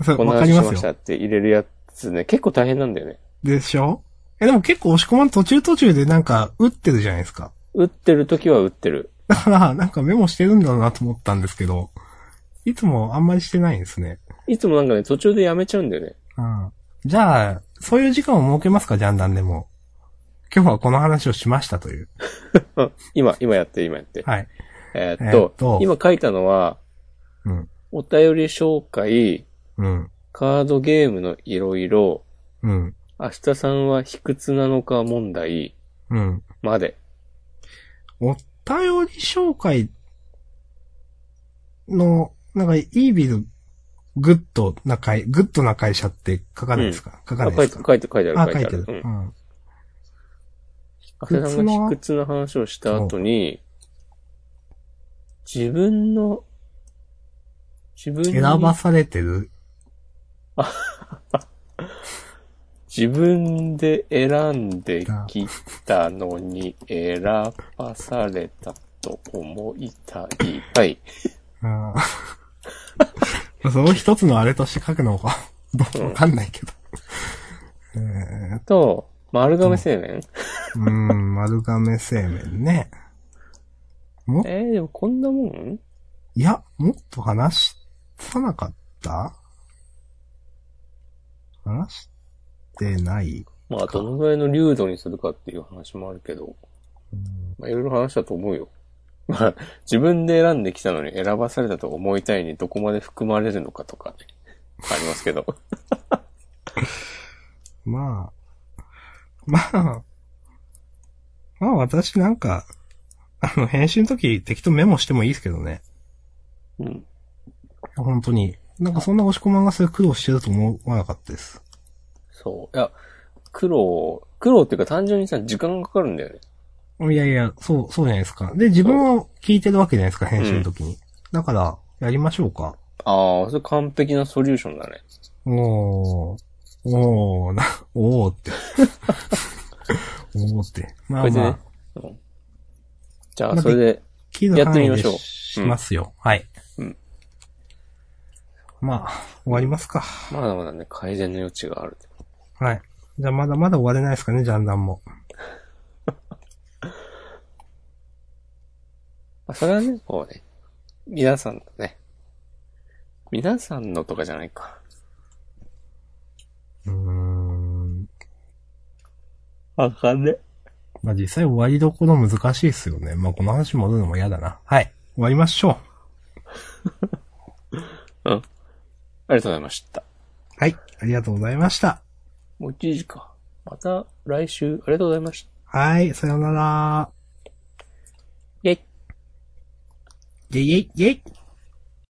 S2: そ
S1: こ
S2: れ、
S1: んな
S2: わかり
S1: 話し
S2: ま
S1: ますした
S2: よ。
S1: って入れるやつね、結構大変なんだよね。
S2: でしょえ、でも結構押し込まん途中途中でなんか打ってるじゃないですか。
S1: 打ってる時は打ってる。
S2: だから、なんかメモしてるんだろうなと思ったんですけど、いつもあんまりしてないんですね。
S1: いつもなんかね、途中でやめちゃうんだよね。
S2: うん。じゃあ、そういう時間を設けますか、ジャンダンでも。今日はこの話をしましたという。
S1: うん今、今やって、今やって。
S2: はい。
S1: えーっと、
S2: えーっと
S1: 今書いたのは、
S2: うん。
S1: お便り紹介、
S2: うん。
S1: カードゲームのいろいろ、
S2: うん。
S1: 明日さんは卑屈なのか問題
S2: うん。
S1: まで。
S2: お便り紹介の、なんか、イービル、グッドな会、グッドな会社って書かないですか、書か
S1: あ
S2: ない
S1: 書
S2: で
S1: い
S2: す
S1: て
S2: か
S1: 書いて書いてあ
S2: あ、
S1: る、
S2: 書いてる。
S1: うん
S2: うん。卑
S1: 浅田さんが卑屈な話をした後に、自分の、自分に
S2: 選、ばされてる。
S1: 自分で選んできたのに選ばされたと思いたい。はい。
S2: あー その一つのあれとして書くのか、 どうわかんないけど。えー
S1: と、丸亀製麺、
S2: うーん、丸亀製麺ね。も、
S1: えー、でもこんなもん
S2: いや、もっと話さなかった話してない。
S1: まあ、どのぐらいの流度にするかっていう話もあるけど、まあ、いろいろ話したと思うよ。まあ、自分で選んできたのに選ばされたと思いたいにどこまで含まれるのかとか、ね、ありますけど。
S2: まあ、まあ、まあ私なんか、あの、返信の時適当にメモしてもいいですけどね。
S1: うん。
S2: 本当に。なんかそんな押し込まんがそれ苦労してると思わなかったです。
S1: そう。いや、苦労、苦労っていうか単純にさ、時間がかかるんだよね。
S2: いやいや、そう、そうじゃないですか。で、自分は聞いてるわけじゃないですか、編集の時に。だから、やりましょうか。
S1: ああ、それ完璧なソリューションだね。
S2: おー、おー、な、おーって。 おーって。まあ
S1: これで
S2: ま
S1: ね
S2: あ、。
S1: うんじゃあ、それで、
S2: 切る
S1: やって
S2: 範
S1: み
S2: 囲
S1: ま
S2: で
S1: しょう
S2: ししますよ。はい。
S1: うん
S2: まあ、終わりますか。
S1: まだまだね、改善の余地がある。
S2: はい。じゃあまだまだ終われないですかね、ジャンダンも。
S1: まあ、それはね、こうね、皆さんのね、皆さんのとかじゃないか。
S2: うーん。
S1: あかんね。
S2: まあ実際終わりどころ難しいですよね。まあこの話戻るのも嫌だな。はい。終わりましょう。
S1: ありがとうございました。
S2: はい。ありがとうございました。
S1: もう1時か。また来週、ありがとうございました。
S2: はい。さようなら。
S1: イェイ
S2: イェイイェイイェイ